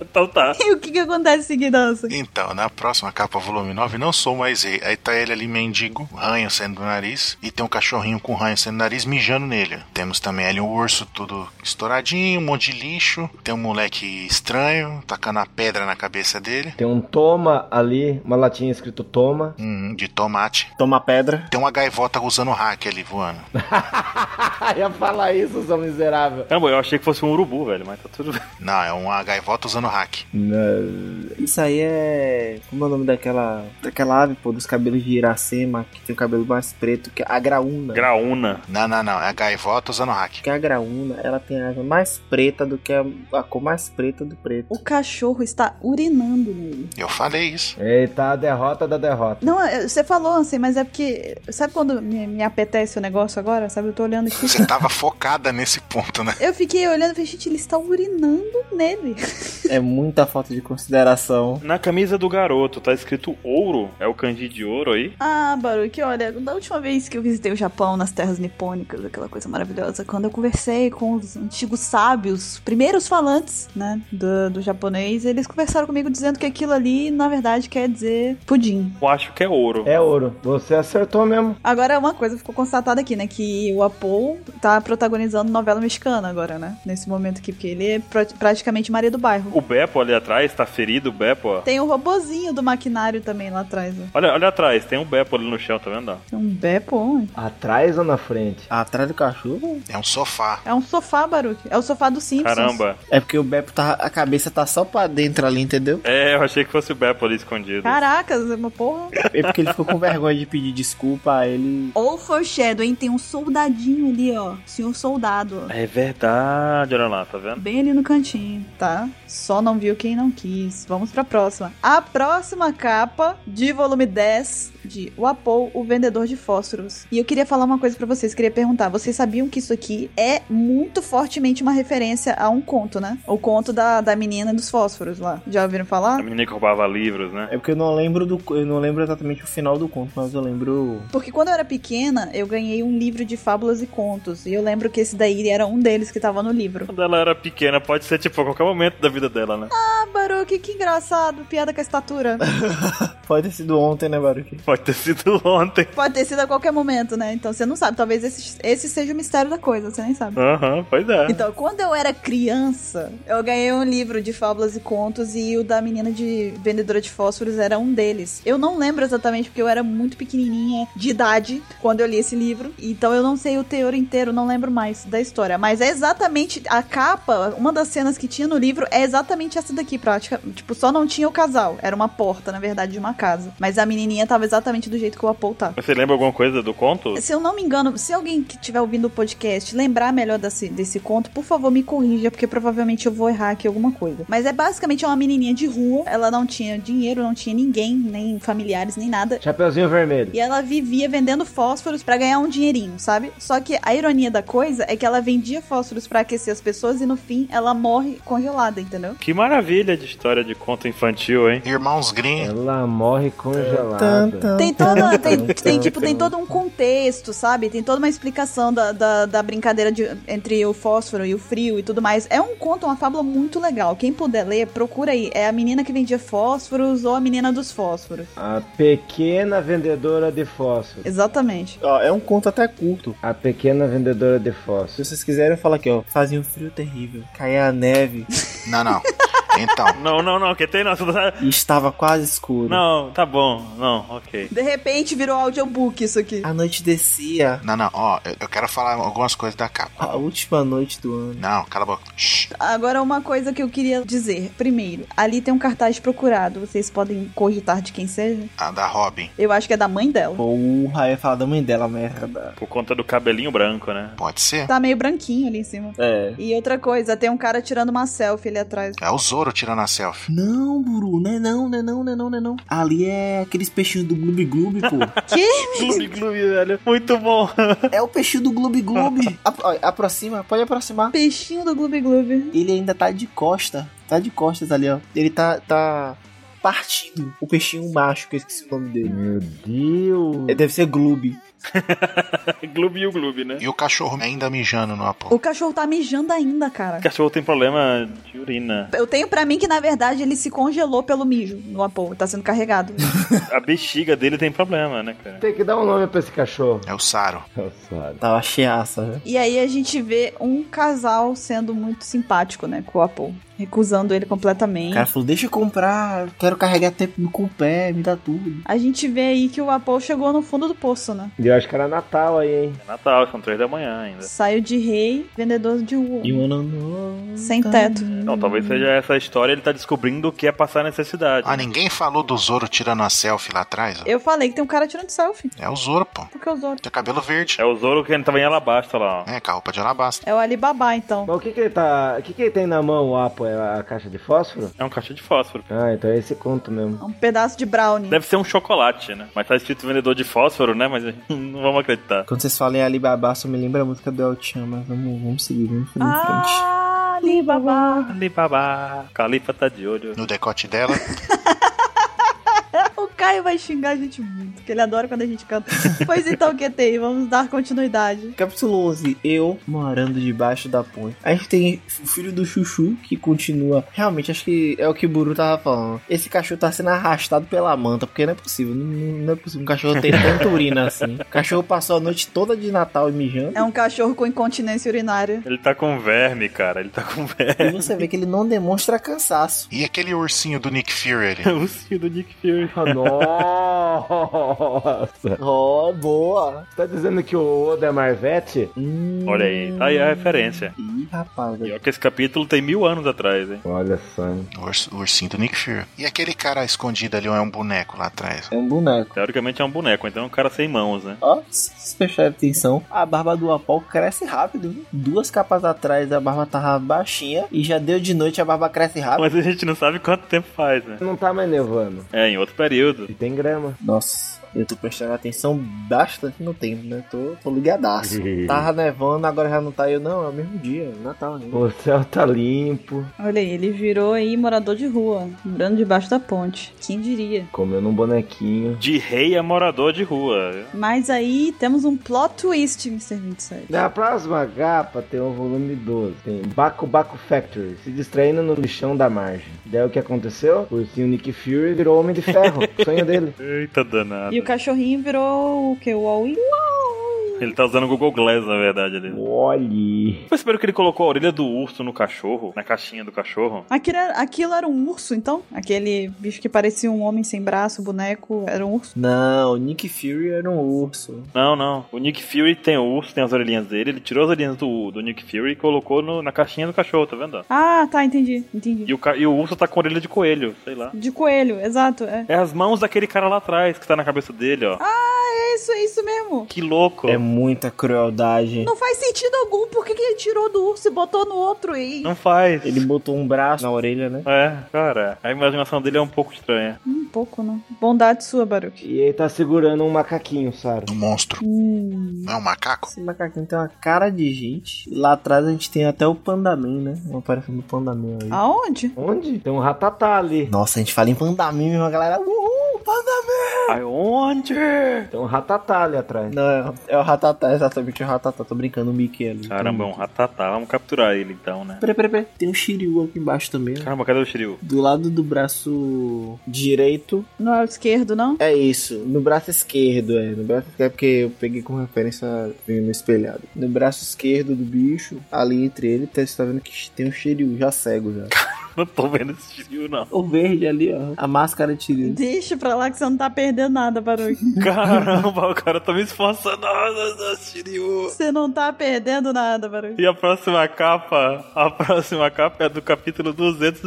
Speaker 2: então tá.
Speaker 1: E o que que acontece em seguida?
Speaker 5: Então, na próxima capa, volume 9, não sou mais rei. Aí tá ele ali mendigo, ranho saindo do nariz, e tem um cachorrinho com ranho saindo do nariz mijando nele. Temos também ali um urso tudo estouradinho, um monte de lixo. Tem um moleque estranho, tacando a pedra na cabeça dele.
Speaker 4: Tem um toma ali, uma latinha escrito toma.
Speaker 5: Hum, de tomate.
Speaker 8: toma pedra.
Speaker 5: Tem uma gaivota usando hack ali voando.
Speaker 4: Ia falar isso, seu miserável.
Speaker 2: Caramba, eu achei que fosse um urubu, velho, mas tá tudo bem.
Speaker 5: Não, é uma gaivota usando hack.
Speaker 3: Isso aí é. Como é o nome daquela. Daquela ave, pô, dos cabelos de Iracema, que tem o cabelo mais preto, que é a graúna.
Speaker 2: Graúna.
Speaker 5: Não, não, não. É a gaivota usando hack.
Speaker 3: Porque a graúna, ela tem a asa mais preta do que a, a cor mais preta do preto.
Speaker 1: O cachorro está urinando nele.
Speaker 5: Eu falei isso.
Speaker 4: Eita, a derrota da derrota.
Speaker 1: Não, é, você falou assim, mas é porque. Sabe quando me, me apetece o negócio agora? Sabe? Eu tô olhando aqui.
Speaker 5: Você tava focada nesse ponto, né?
Speaker 1: Eu fiquei olhando e falei, gente, ele está urinando nele.
Speaker 3: É muita falta de consideração.
Speaker 2: Na camisa do garoto tá escrito ouro. É o kanji de ouro aí.
Speaker 1: Ah, Baruque, olha, da última vez que eu visitei o Japão nas terras nipônicas, aquela coisa maravilhosa, quando eu conversei com os antigos sábios, primeiros falantes, né, do, do japonês, eles conversaram comigo dizendo que aquilo ali, na verdade, quer dizer pudim.
Speaker 2: Eu acho que é ouro.
Speaker 4: É ouro. Você acertou mesmo.
Speaker 1: Agora, uma coisa ficou constatada aqui, né? Que o Apol tá protagonizando novela mexicana agora, né? Nesse momento aqui, porque ele é pra- praticamente Maria do Bairro.
Speaker 2: O Beppo ali atrás tá ferido, o Beppo, ó.
Speaker 1: Tem o robozinho do maquinário também lá atrás, ó.
Speaker 2: Olha, olha atrás, tem um Beppo ali no chão, tá vendo? ó?
Speaker 1: É um Beppo, homem.
Speaker 4: Atrás ou na frente?
Speaker 3: Atrás do cachorro?
Speaker 5: É um sofá.
Speaker 1: É um sofá, Baruque. É o sofá do Simpsons.
Speaker 2: Caramba.
Speaker 3: É porque o Beppo tá. A cabeça tá só pra dentro ali, entendeu?
Speaker 2: É, eu achei que fosse o Beppo ali escondido.
Speaker 1: Caracas, é uma porra.
Speaker 3: É porque ele ficou com vergonha de pedir desculpa, aí ele.
Speaker 1: Ou foreshadowing, tem um soldadinho ali, ó. Senhor soldado, ó.
Speaker 2: É verdade, olha lá, tá vendo?
Speaker 1: Bem ali no cantinho, tá? Só não viu quem não quis. Vamos pra próxima. A próxima capa de volume 10 de O Apol, o Vendedor de Fósforos. E eu queria falar uma coisa pra vocês, queria perguntar. Vocês sabiam que isso aqui é muito fortemente uma referência a um conto, né? O conto da, da menina dos fósforos lá. Já ouviram
Speaker 2: A
Speaker 1: falar?
Speaker 2: menina que roubava livros, né?
Speaker 3: É porque eu não lembro do. Eu não lembro exatamente o final do conto, mas eu lembro.
Speaker 1: Porque quando eu era pequena, eu ganhei um livro de fábulas e contos. E eu lembro que esse daí era um deles que tava no livro.
Speaker 2: Quando ela era pequena, pode ser tipo a qualquer momento da vida dela, né?
Speaker 1: Ah, Baruque, que engraçado. Piada com a estatura.
Speaker 3: Pode ter sido ontem, né, Baruque?
Speaker 2: Pode ter sido ontem.
Speaker 1: Pode ter sido a qualquer momento, né? Então você não sabe. Talvez esse, esse seja o mistério da coisa, você nem sabe.
Speaker 2: Aham, pois é.
Speaker 1: Então, quando eu era criança, eu ganhei um livro de fábulas e contos e o da menina de vendedora de fósforos era um deles. Eu não lembro exatamente porque eu era muito pequenininha de idade quando eu li esse livro, então eu não sei o teor inteiro, não lembro mais da história, mas é exatamente a capa, uma das cenas que tinha no livro é exatamente essa daqui, prática, tipo, só não tinha o casal, era uma porta, na verdade, de uma casa, mas a menininha tava exatamente do jeito que o Apple tá.
Speaker 2: Você lembra alguma coisa do conto?
Speaker 1: Se eu não me engano, se alguém que estiver ouvindo o podcast lembrar melhor desse, desse conto, por favor me corrija, porque provavelmente eu vou errar aqui alguma coisa. Mas é basicamente uma menininha de rua, ela não tinha dinheiro, não tinha ninguém, nem familiares, nem nada.
Speaker 4: Chapeuzinho vermelho.
Speaker 1: E ela vivia vendendo fósforos pra ganhar um dinheirinho, sabe? Só que a ironia da coisa é que ela vendia fósforos pra aquecer as pessoas e no fim ela morre congelada, entendeu?
Speaker 2: Que maravilha de história de conto infantil, hein?
Speaker 5: Irmãos Grimm.
Speaker 4: Ela morre congelada.
Speaker 1: Tem toda, tem, tem, tipo, tem todo um contexto, sabe? Tem toda uma explicação da, da, da brincadeira de- entre o fósforo e o frio e tudo mais. É um conto, uma fábula muito legal. Quem puder ler, procura aí. É a menina que vendia fósforos ou a menina dos fósforos.
Speaker 4: A pequena vendedora de fósforo.
Speaker 1: Exatamente.
Speaker 3: Ó, é um conto até curto.
Speaker 4: A pequena vendedora de
Speaker 3: Se
Speaker 4: fósforo.
Speaker 3: vocês quiserem, eu falo aqui, ó. Fazia um frio terrível, caía a neve
Speaker 5: Não, não. Então,
Speaker 2: Não, não, não, que tem não.
Speaker 3: e estava quase escuro.
Speaker 2: Não, tá bom, não, ok.
Speaker 1: De repente virou audiobook isso aqui.
Speaker 3: A noite descia,
Speaker 5: não, não. Ó, eu- eu quero falar algumas coisas da capa.
Speaker 3: a última noite do ano.
Speaker 5: Não, cala a boca. Shh.
Speaker 1: Agora, uma coisa que eu queria dizer. Primeiro, ali tem um cartaz procurado. Vocês podem cogitar de quem seja?
Speaker 5: A da Robin.
Speaker 1: Eu acho que é da mãe dela.
Speaker 3: Porra, eu ia falar da mãe dela, merda.
Speaker 2: Por conta do cabelinho branco, né?
Speaker 5: Pode ser?
Speaker 1: Tá meio branquinho ali em cima.
Speaker 3: É.
Speaker 1: E outra coisa, tem um cara tirando uma selfie ali atrás.
Speaker 5: É o Zoro tirando a selfie.
Speaker 3: Não, Buru, não é não, não é não, não é não, não é não. Ali é aqueles peixinhos do Gloob Gloob, pô.
Speaker 2: Gloob, gloob, velho. Muito bom.
Speaker 3: é o peixinho do Gloob Gloob. Apro- ó, aproxima, pode aproximar.
Speaker 1: Peixinho do Gloob Gloob.
Speaker 3: Ele ainda tá de costa. Tá de costas ali, ó. Ele tá, tá partido. O peixinho macho, que eu esqueci o nome dele.
Speaker 4: Meu Deus.
Speaker 3: É, Deve ser Gloob.
Speaker 2: gloob e o gloob, né?
Speaker 5: E o cachorro ainda mijando no Apple.
Speaker 1: O cachorro tá mijando ainda, cara.
Speaker 2: O cachorro tem problema de urina.
Speaker 1: Eu tenho pra mim que, na verdade, ele se congelou pelo mijo no Apollo. Tá sendo carregado.
Speaker 2: A bexiga dele tem problema, né, cara?
Speaker 4: Tem que dar um nome pra esse cachorro.
Speaker 5: É o Saro.
Speaker 4: Nossa,
Speaker 3: Tava cheiaça, né?
Speaker 1: e aí a gente vê um casal sendo muito simpático, né, com o Apollo. Recusando ele
Speaker 3: O
Speaker 1: completamente.
Speaker 3: cara falou, deixa eu comprar, quero carregar tempo com o pé, me dá tudo.
Speaker 1: A gente vê aí que o Apollo chegou no fundo do poço, né?
Speaker 4: E eu acho que era Natal aí, hein?
Speaker 2: É Natal, são três da manhã ainda.
Speaker 1: Saiu de rei, vendedor de rua.
Speaker 3: E um ano novo.
Speaker 1: Sem teto.
Speaker 2: Não, talvez seja essa história, ele tá descobrindo o que é passar necessidade.
Speaker 5: Ah, ninguém falou do Zoro tirando a selfie lá atrás? ó.
Speaker 1: Eu falei que tem um cara tirando selfie.
Speaker 5: É o Zoro, pô.
Speaker 1: Porque os outros.
Speaker 5: Tem cabelo verde.
Speaker 2: É o Zoro que ele tava em Alabasta lá, ó.
Speaker 5: É, com a roupa de alabastro.
Speaker 1: É o Alibaba, então.
Speaker 4: Mas o que que ele tá... O que que ele tem na mão, o Apo? É a caixa de fósforo?
Speaker 2: É um caixa de fósforo.
Speaker 4: Ah, então é esse conto mesmo.
Speaker 1: É Um pedaço de brownie.
Speaker 2: Deve ser um chocolate, né? Mas tá escrito vendedor de fósforo, né? Mas não vamos acreditar.
Speaker 3: Quando vocês falam em Alibaba, só me lembra a música do El Chan, mas vamos, vamos seguir, vamos seguir em frente.
Speaker 1: Ah, Alibaba.
Speaker 2: Alibaba. Califa tá de olho.
Speaker 5: No decote dela.
Speaker 1: O Caio vai xingar a gente muito, porque ele adora quando a gente canta. pois então, QTI, vamos dar continuidade.
Speaker 3: Capítulo 11, eu morando debaixo da ponte. A gente tem o filho do Chuchu, que continua. Realmente, acho que é o que o Buru tava falando. Esse cachorro tá sendo arrastado pela manta, porque não é possível. Não, não- não é possível um cachorro ter tanta urina assim. O cachorro passou a noite toda de Natal mijando.
Speaker 1: É um cachorro com incontinência urinária.
Speaker 2: Ele tá com verme, cara. Ele tá com verme.
Speaker 3: E você vê que ele não demonstra cansaço.
Speaker 5: E aquele ursinho do Nick Fury ali?
Speaker 2: o cio do Nick Fury.
Speaker 4: Nossa!
Speaker 3: Ó, boa!
Speaker 4: Tá dizendo que o Oda é Marvete?
Speaker 3: Hum.
Speaker 2: Olha aí, tá aí a referência.
Speaker 3: Ih, rapaz.
Speaker 2: E olha que esse capítulo tem mil anos atrás, hein?
Speaker 4: Olha só, hein?
Speaker 5: O urs- o ursinho do Nick Fury. E aquele cara escondido ali, ó, é um boneco lá atrás.
Speaker 3: É um boneco.
Speaker 2: Teoricamente é um boneco, então é um cara sem mãos, né?
Speaker 3: Ó, se vocês prestarem atenção, a barba do Apol cresce rápido. viu? Duas capas atrás a barba tava baixinha e já deu de noite a barba cresce rápido.
Speaker 2: Mas a gente não sabe quanto tempo faz, né?
Speaker 4: Não tá mais nevando.
Speaker 2: É, em outro período.
Speaker 4: E tem grama.
Speaker 3: Nossa, Eu tô prestando atenção bastante no tempo, né? Tô, tô ligadaço. Tava nevando, agora já não tá eu, não. É o mesmo dia, Natal né? ainda.
Speaker 4: O céu tá limpo.
Speaker 1: Olha aí, ele virou aí morador de rua, morando debaixo da ponte. Quem diria?
Speaker 4: Comendo um bonequinho.
Speaker 2: De rei a morador de rua.
Speaker 1: Mas aí temos um plot twist, Mr. 27.
Speaker 4: Na próxima capa tem o volume 12. Tem Baco Baco Factory, se distraindo no lixão da margem. Daí o que aconteceu? O ursinho Nick Fury virou Homem de Ferro. sonho dele.
Speaker 2: Eita danado.
Speaker 1: E o cachorrinho virou o que? O All-in?
Speaker 2: Ele tá usando o Google Glass, na verdade, ali.
Speaker 4: Olhe.
Speaker 2: Perceberam que ele colocou a orelha do urso no cachorro, na caixinha do cachorro?
Speaker 1: Aquilo era, aquilo era um urso, então? Aquele bicho que parecia um homem sem braço, boneco, era um urso?
Speaker 3: Não, o Nick Fury era um urso.
Speaker 2: Não, não. O Nick Fury tem o urso, tem as orelhinhas dele. Ele tirou as orelhinhas do, do Nick Fury e colocou no- na caixinha do cachorro, tá vendo?
Speaker 1: Ah, tá, entendi, entendi.
Speaker 2: E o, ca- e o urso tá com a orelha de coelho, sei lá.
Speaker 1: De coelho, exato, é.
Speaker 2: É as mãos daquele cara lá atrás que tá na cabeça dele, ó.
Speaker 1: É isso, é isso mesmo.
Speaker 2: Que louco.
Speaker 3: É muita crueldade.
Speaker 1: Não faz sentido algum, por que que ele tirou do urso e botou no outro e...
Speaker 2: Não faz.
Speaker 3: Ele botou um braço na orelha, né?
Speaker 2: É, cara. A imaginação dele é um pouco estranha.
Speaker 1: Um pouco, não. Bondade sua, Baruch.
Speaker 4: E ele tá segurando um macaquinho, Sara.
Speaker 5: Um monstro.
Speaker 1: Hum,
Speaker 5: Não é um macaco?
Speaker 3: Esse macaquinho tem uma cara de gente. Lá atrás a gente tem até o Pandaman, né? Uma aparição do Pandaman aí.
Speaker 1: aonde?
Speaker 4: Onde? Tem um ratatá ali.
Speaker 3: Nossa, a gente fala em Pandaman, mesmo, a galera. Uhul, Pandaman!
Speaker 2: Aonde?
Speaker 4: Tem um ratatá ali atrás.
Speaker 3: Não, é, o- é o Ratatá, exatamente é o Ratatá. Tô brincando, o Mickey ali. Então,
Speaker 2: Caramba, é um ratatá. Vamos capturar ele então, né?
Speaker 3: Peraí, peraí, peraí. Tem um Shiryu aqui embaixo também. né?
Speaker 2: Caramba, cadê o Shiryu?
Speaker 3: Do lado do braço direito.
Speaker 1: No lado esquerdo, não?
Speaker 3: É isso. No braço esquerdo, é. No braço esquerdo, porque eu peguei como referência vendo no espelhado. No braço esquerdo do bicho, ali entre ele, tá- você tá vendo que tem um Shiryu já cego já.
Speaker 2: Não tô vendo esse Shiryu, não.
Speaker 3: O verde ali, ó. A máscara de Shiryu.
Speaker 1: Deixa pra lá que você não tá perdendo nada, Baruch.
Speaker 2: Caramba, o cara tá me esforçando. Ah, meu Deus, Shiryu.
Speaker 1: Você não tá perdendo nada, Baruch.
Speaker 2: E a próxima capa, a próxima capa é do capítulo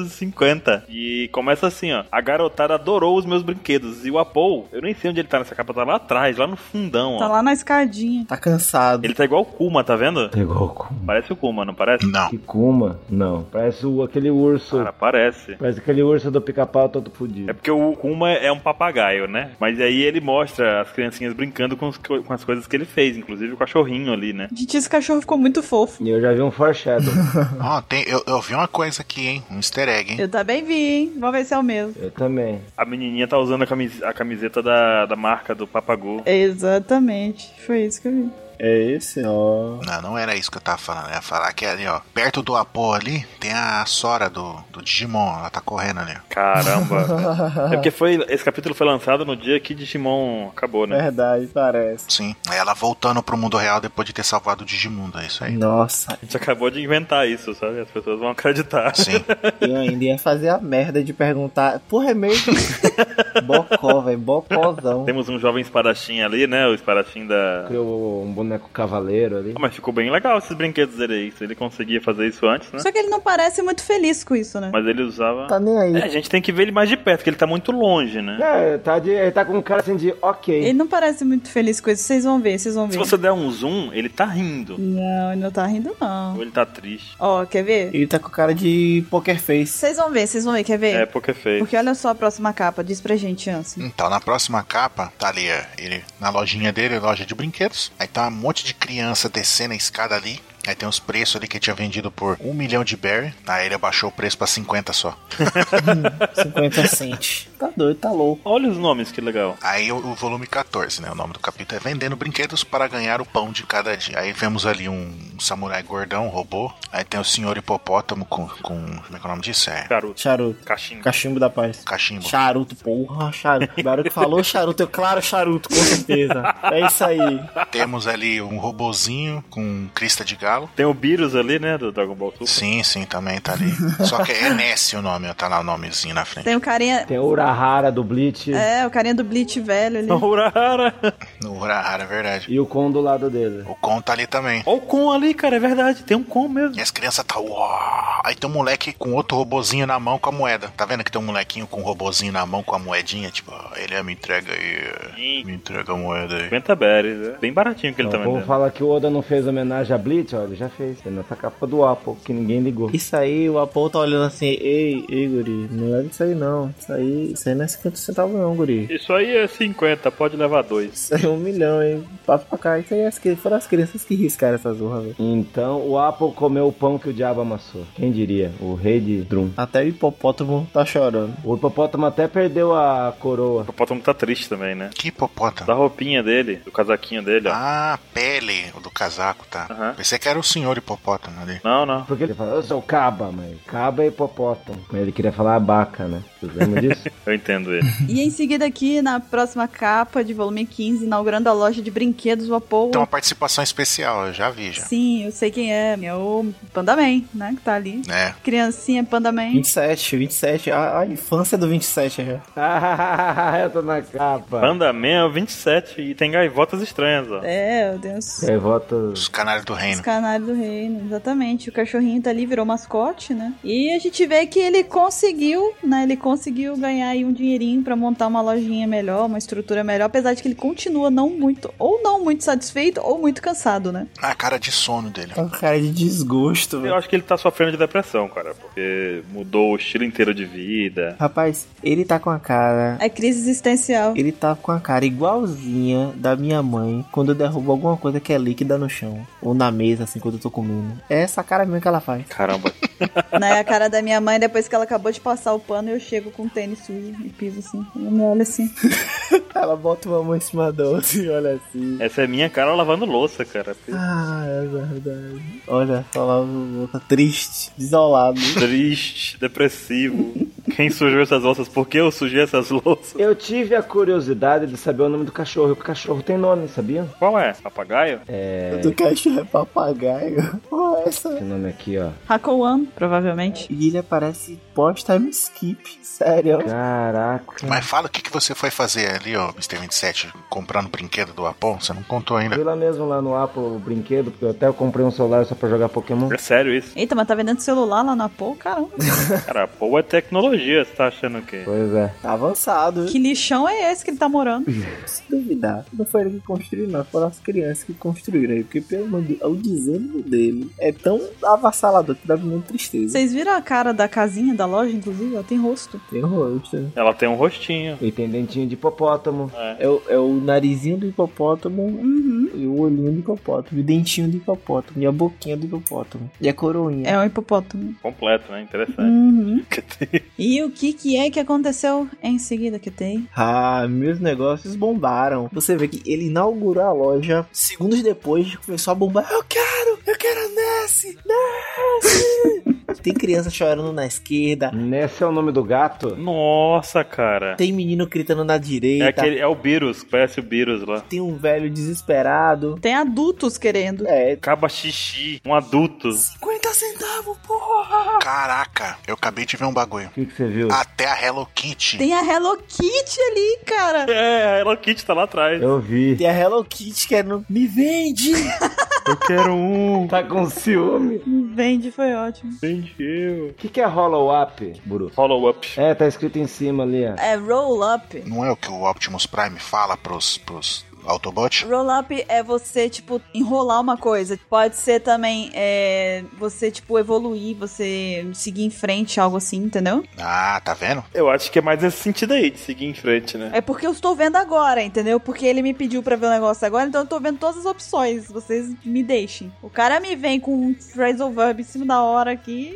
Speaker 2: 250. E começa assim, ó. A garotada adorou os meus brinquedos. E o Apol, eu nem sei onde ele tá nessa capa, tá lá atrás, lá no fundão, ó.
Speaker 1: Tá lá na escadinha.
Speaker 3: Tá cansado.
Speaker 2: Ele tá igual o Kuma, tá vendo?
Speaker 4: Pegou o Kuma.
Speaker 2: Parece o Kuma, não parece?
Speaker 5: Não.
Speaker 4: Que Kuma? Não. Parece o, aquele urso.
Speaker 2: Cara, parece.
Speaker 4: Parece aquele urso do pica-pau todo
Speaker 2: É
Speaker 4: fudido.
Speaker 2: porque o Kuma é um papagaio, né? Mas aí ele mostra as criancinhas brincando com, os co- com as coisas que ele fez, inclusive o cachorrinho ali, né?
Speaker 1: Gente, esse cachorro ficou muito fofo.
Speaker 4: E eu já vi um foreshadow.
Speaker 5: Ó, tem, eu, eu vi uma coisa aqui, hein? Um easter egg, hein?
Speaker 1: Eu também vi, hein? Vamos ver se é o mesmo.
Speaker 4: eu também.
Speaker 2: A menininha tá usando a camis- a camiseta da, da marca do Papagu.
Speaker 1: Exatamente. Foi isso que eu vi.
Speaker 3: É esse, ó.
Speaker 5: Não, não era isso que eu tava falando. Eu ia falar que ali, ó. Perto do Apo ali, tem a Sora do, do Digimon. Ela tá correndo ali, ó.
Speaker 2: Caramba. é porque foi, esse capítulo foi lançado no dia que Digimon acabou, né?
Speaker 3: Verdade, parece.
Speaker 5: Sim. Aí ela voltando pro mundo real depois de ter salvado o Digimundo, é isso aí.
Speaker 3: Nossa,
Speaker 2: A gente acabou de inventar isso, sabe? As pessoas vão acreditar.
Speaker 5: Sim.
Speaker 3: eu ainda ia fazer a merda de perguntar. Porra, é mesmo? Bocó, velho. Bocózão.
Speaker 2: Temos um jovem espadachim ali, né? O espadachim da.
Speaker 4: Criou um boneco cavaleiro ali.
Speaker 2: Ah, Mas ficou bem legal esses brinquedos dele aí. Se ele conseguia fazer isso antes, né?
Speaker 1: Só que ele não parece muito feliz com isso, né?
Speaker 2: Mas ele usava.
Speaker 3: Tá nem
Speaker 2: É,
Speaker 3: aí.
Speaker 2: a gente tem que ver ele mais de perto, porque ele tá muito longe, né?
Speaker 4: É, tá de, ele tá com um cara assim de ok.
Speaker 1: Ele não parece muito feliz com isso. Vocês vão ver, vocês
Speaker 3: É,
Speaker 1: vão ver.
Speaker 2: Se você der um zoom, ele tá rindo.
Speaker 1: Não, ele não tá rindo, não.
Speaker 2: Ou ele tá triste.
Speaker 1: Ó, quer ver?
Speaker 3: Ele tá com cara de poker face.
Speaker 1: Vocês vão ver, vocês vão ver, quer ver?
Speaker 2: É, porque fez.
Speaker 1: Porque olha só a próxima capa, diz pra gente, Anson.
Speaker 5: Então, na próxima capa, tá ali ó, ele na lojinha dele, loja de brinquedos. Aí tá um monte de criança descendo a escada ali. Aí tem uns preços ali que ele tinha vendido por um milhão de berry. Aí ele abaixou o preço pra 50 só.
Speaker 3: 50 cent. Tá doido, tá louco.
Speaker 2: Olha os nomes, que legal.
Speaker 5: Aí o, o volume 14, né? O nome do capítulo é Vendendo Brinquedos para Ganhar o Pão de Cada Dia. Aí vemos ali um samurai gordão, um robô. Aí tem o senhor hipopótamo com. com como é que é o nome disso? É.
Speaker 2: Garoto.
Speaker 3: Charuto.
Speaker 2: Cachimbo.
Speaker 3: Cachimbo da paz.
Speaker 5: Cachimbo.
Speaker 3: Charuto, porra, charuto. O barulho que falou charuto, eu claro charuto, com certeza. É isso aí.
Speaker 5: Temos ali um robozinho com crista de galo.
Speaker 2: Tem o Beerus ali, né? Do Dragon Ball Super.
Speaker 5: Sim, sim, também tá ali. Só que é NS o nome, ó, tá lá o nomezinho na frente.
Speaker 1: Tem o carinha.
Speaker 4: Tem o Urahara do Bleach
Speaker 1: É, o carinha do Bleach velho ali.
Speaker 2: O Urahara.
Speaker 5: No Urahara, é verdade.
Speaker 4: e o Kon do lado dele.
Speaker 5: O Con tá ali também.
Speaker 2: Olha o Kon ali, cara, é verdade. Tem um Kon mesmo.
Speaker 5: E as crianças tá. Uau! tal. Aí tem um moleque com outro robozinho na mão com a moeda. Tá vendo que tem um molequinho com um robozinho na mão com a moedinha? Tipo, ó, ele é, me entrega aí.
Speaker 2: Sim.
Speaker 5: Me entrega a moeda aí.
Speaker 2: 50 berries, né? Bem baratinho que ele tá
Speaker 4: Então, vou
Speaker 2: vendendo.
Speaker 4: falar que o Oda não fez homenagem a Blitz, olha, ele já fez. Tem nessa capa do Apple, que ninguém ligou.
Speaker 3: Isso aí, o Apol tá olhando assim, ei, ei, guri, não leva isso aí não. Isso aí, isso aí não é 50 centavos não, guri.
Speaker 2: Isso aí é 50, pode levar dois.
Speaker 3: Isso aí é um milhão, hein? Papo pra cá, isso aí é as, cri- foram as crianças que riscaram essa zorra, velho.
Speaker 4: Então o Apple comeu o pão que o diabo amassou. Quem diria? O rei de Drum.
Speaker 3: Até o hipopótamo tá chorando.
Speaker 4: O hipopótamo até perdeu a
Speaker 2: O
Speaker 4: coroa.
Speaker 2: hipopótamo tá triste também, né?
Speaker 5: Que hipopótamo.
Speaker 2: Da roupinha dele, do casaquinho dele, ó.
Speaker 5: Ah, pele do casaco, tá.
Speaker 2: Aham.
Speaker 5: Pensei que era o senhor hipopótamo ali.
Speaker 2: Não, não.
Speaker 4: Porque ele fala, eu sou caba, mas caba é hipopótamo. Mas ele queria falar abaca, né? Vocês lembram disso?
Speaker 2: Eu entendo ele.
Speaker 1: E em seguida aqui, na próxima capa de volume 15, inaugurando a loja de brinquedos, o Apollo...
Speaker 5: Tem uma participação especial, eu já vi já.
Speaker 1: Sim, eu sei quem é. É o Pandaman, né? Que tá ali.
Speaker 5: Né?
Speaker 1: Criancinha Pandaman.
Speaker 3: 27, 27, a, a infância do 27 já.
Speaker 4: ah, eu tô na capa.
Speaker 2: Pandaman é o 27 e tem gaivotas estranhas, ó.
Speaker 1: É, eu tenho os,
Speaker 4: Eu voto
Speaker 5: Os canários do
Speaker 1: os
Speaker 5: reino.
Speaker 1: canários do reino, exatamente. O cachorrinho tá ali, virou mascote, né? E a gente vê que ele conseguiu, né? Ele conseguiu ganhar aí um dinheirinho pra montar uma lojinha melhor, uma estrutura melhor, apesar de que ele continua não muito, ou não muito satisfeito, ou muito cansado, né?
Speaker 5: Ah, a cara de sono dele.
Speaker 3: É um cara de desgosto,
Speaker 2: Eu
Speaker 3: velho.
Speaker 2: acho que ele tá sofrendo de depressão, cara, porque mudou o estilo inteiro de vida.
Speaker 3: Rapaz, ele tá com a cara
Speaker 1: É crise existencial.
Speaker 3: Ele tá com a cara igualzinha da minha mãe quando eu derrubo alguma coisa que é líquida no chão. Ou na mesa, assim, quando eu tô comendo. É essa cara mesmo que ela faz.
Speaker 2: Caramba.
Speaker 1: né? A cara da minha mãe, depois que ela acabou de passar o pano, eu chego com o tênis sujo e piso assim. Ela me olha assim.
Speaker 3: Ela bota uma mão em cima da outra e olha assim.
Speaker 2: Essa é minha cara lavando louça, cara.
Speaker 3: Ah, é verdade. Olha, falava boca triste, desolado.
Speaker 2: Triste, depressivo. Quem sujou essas louças? Por que eu sujei essas louças?
Speaker 4: Eu tive a curiosidade de saber o nome do cachorro. O cachorro tem nome, sabia?
Speaker 2: Qual é? Papagaio?
Speaker 3: Do cachorro é papagaio. Olha essa.
Speaker 4: Esse nome aqui, ó.
Speaker 1: Hakowan, provavelmente.
Speaker 3: E ele aparece pós-time skip. Sério.
Speaker 4: Caraca.
Speaker 5: Mas fala o que, que você foi fazer ali, ó, Mr. 27, comprando brinquedo do Apon? Você não contou ainda.
Speaker 4: Fui lá mesmo, lá no Apple, o brinquedo, porque eu até comprei um celular só pra jogar Pokémon.
Speaker 2: É sério isso?
Speaker 1: Eita, mas tá vendendo celular lá na Apple? Caramba.
Speaker 2: Cara, pô, é tecnologia, você tá achando o quê?
Speaker 4: Pois é.
Speaker 3: Tá avançado.
Speaker 1: que lixão é esse que ele tá morando?
Speaker 3: Se duvidar, não foi ele que construiu, não. Foram as crianças que construíram aí. Porque pelo amor de Deus, o desânimo dele é tão avassalador que dá muita tristeza.
Speaker 1: Vocês viram a cara da casinha da loja, inclusive? Ela tem rosto.
Speaker 3: Tem rosto. né?
Speaker 2: Ela tem um rostinho.
Speaker 4: E tem dentinho de hipopótamo.
Speaker 3: É o, é o narizinho do hipopótamo
Speaker 1: Uhum.
Speaker 3: e o olhinho do hipopótamo, e o dentinho do hipopótamo, e a boquinha do hipopótamo, e a coroinha.
Speaker 1: É um hipopótamo.
Speaker 2: Completo, né? Interessante.
Speaker 1: Uhum. E o que que é que aconteceu em seguida que tem?
Speaker 3: Ah, meus negócios bombaram. Você vê que ele inaugurou a loja, segundos depois já começou a bombar. Eu quero, eu quero Nessie, Nessie. Tem criança chorando na esquerda,
Speaker 4: Nesse é o nome do gato?
Speaker 2: Nossa, cara.
Speaker 3: tem menino gritando na direita.
Speaker 2: É, aquele, é o Beerus, parece o Beerus lá.
Speaker 3: Tem um velho desesperado.
Speaker 1: Tem adultos querendo.
Speaker 3: É.
Speaker 2: Caba xixi, um adulto.
Speaker 3: 50 centavos,
Speaker 2: Ah.
Speaker 3: porra!
Speaker 5: Caraca, eu acabei de ver um bagulho.
Speaker 4: O que, que você viu?
Speaker 5: Até a Hello Kitty.
Speaker 1: Tem a Hello Kitty ali, cara.
Speaker 2: É, a Hello Kitty tá lá atrás.
Speaker 4: Eu vi.
Speaker 3: Tem a Hello Kitty é querendo. Me vende!
Speaker 2: Eu quero um.
Speaker 4: Tá com ciúme?
Speaker 1: Vende, foi ótimo.
Speaker 2: Entendi.
Speaker 4: O que, que é hollow up, Buru?
Speaker 2: Follow up.
Speaker 4: É, tá escrito em cima ali, ó.
Speaker 1: É roll up.
Speaker 5: Não é o que o Optimus Prime fala pros, pros Autobots?
Speaker 1: Roll up é você, tipo, enrolar uma coisa. Pode ser também é, você, tipo, evoluir, você seguir em frente, algo assim, entendeu?
Speaker 5: Ah, tá vendo?
Speaker 2: Eu acho que é mais nesse sentido aí, de seguir em frente, né?
Speaker 1: É porque eu estou vendo agora, entendeu? Porque ele me pediu pra ver o negócio agora, então eu tô vendo todas as opções. Vocês me deixem. O cara me vem com um phrasal verb em cima da hora aqui.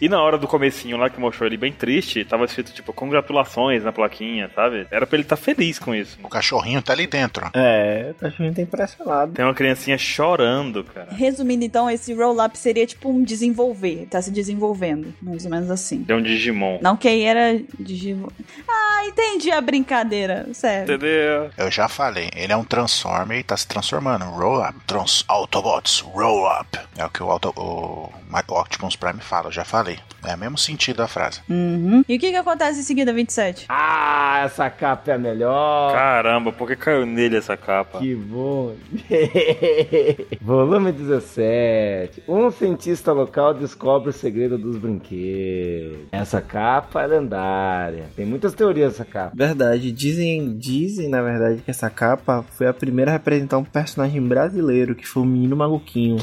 Speaker 2: E na hora do comecinho lá que mostrou ele bem triste, tava escrito tipo, congratulações na plaquinha, sabe? Era pra ele tá feliz com isso.
Speaker 5: O cachorrinho tá ali dentro. ó.
Speaker 3: É, o cachorrinho tá impressionado.
Speaker 2: Tem uma criancinha chorando, cara.
Speaker 1: Resumindo, então, esse roll up seria tipo um desenvolver. Tá se desenvolvendo, mais ou menos assim.
Speaker 2: Deu um Digimon.
Speaker 1: Não que aí era digivo... Ah, entendi a brincadeira. Sério.
Speaker 2: Entendeu?
Speaker 5: Eu já falei, ele é um Transformer e tá se transformando. Roll up. Trans Autobots, roll up. É o que o, Auto o Ma- o Optimus Prime fala, eu já falei. É o mesmo sentido da frase.
Speaker 1: Uhum. E o que que acontece em seguida, 27?
Speaker 4: Ah, Ah, essa capa é a melhor.
Speaker 2: Caramba, por que caiu nele essa capa?
Speaker 4: Que bom! Volume 17. Um cientista local descobre o segredo dos brinquedos. Essa capa é lendária. Tem muitas teorias essa capa.
Speaker 3: Verdade, dizem, dizem na verdade que essa capa foi a primeira a representar um personagem brasileiro, que foi o menino maluquinho.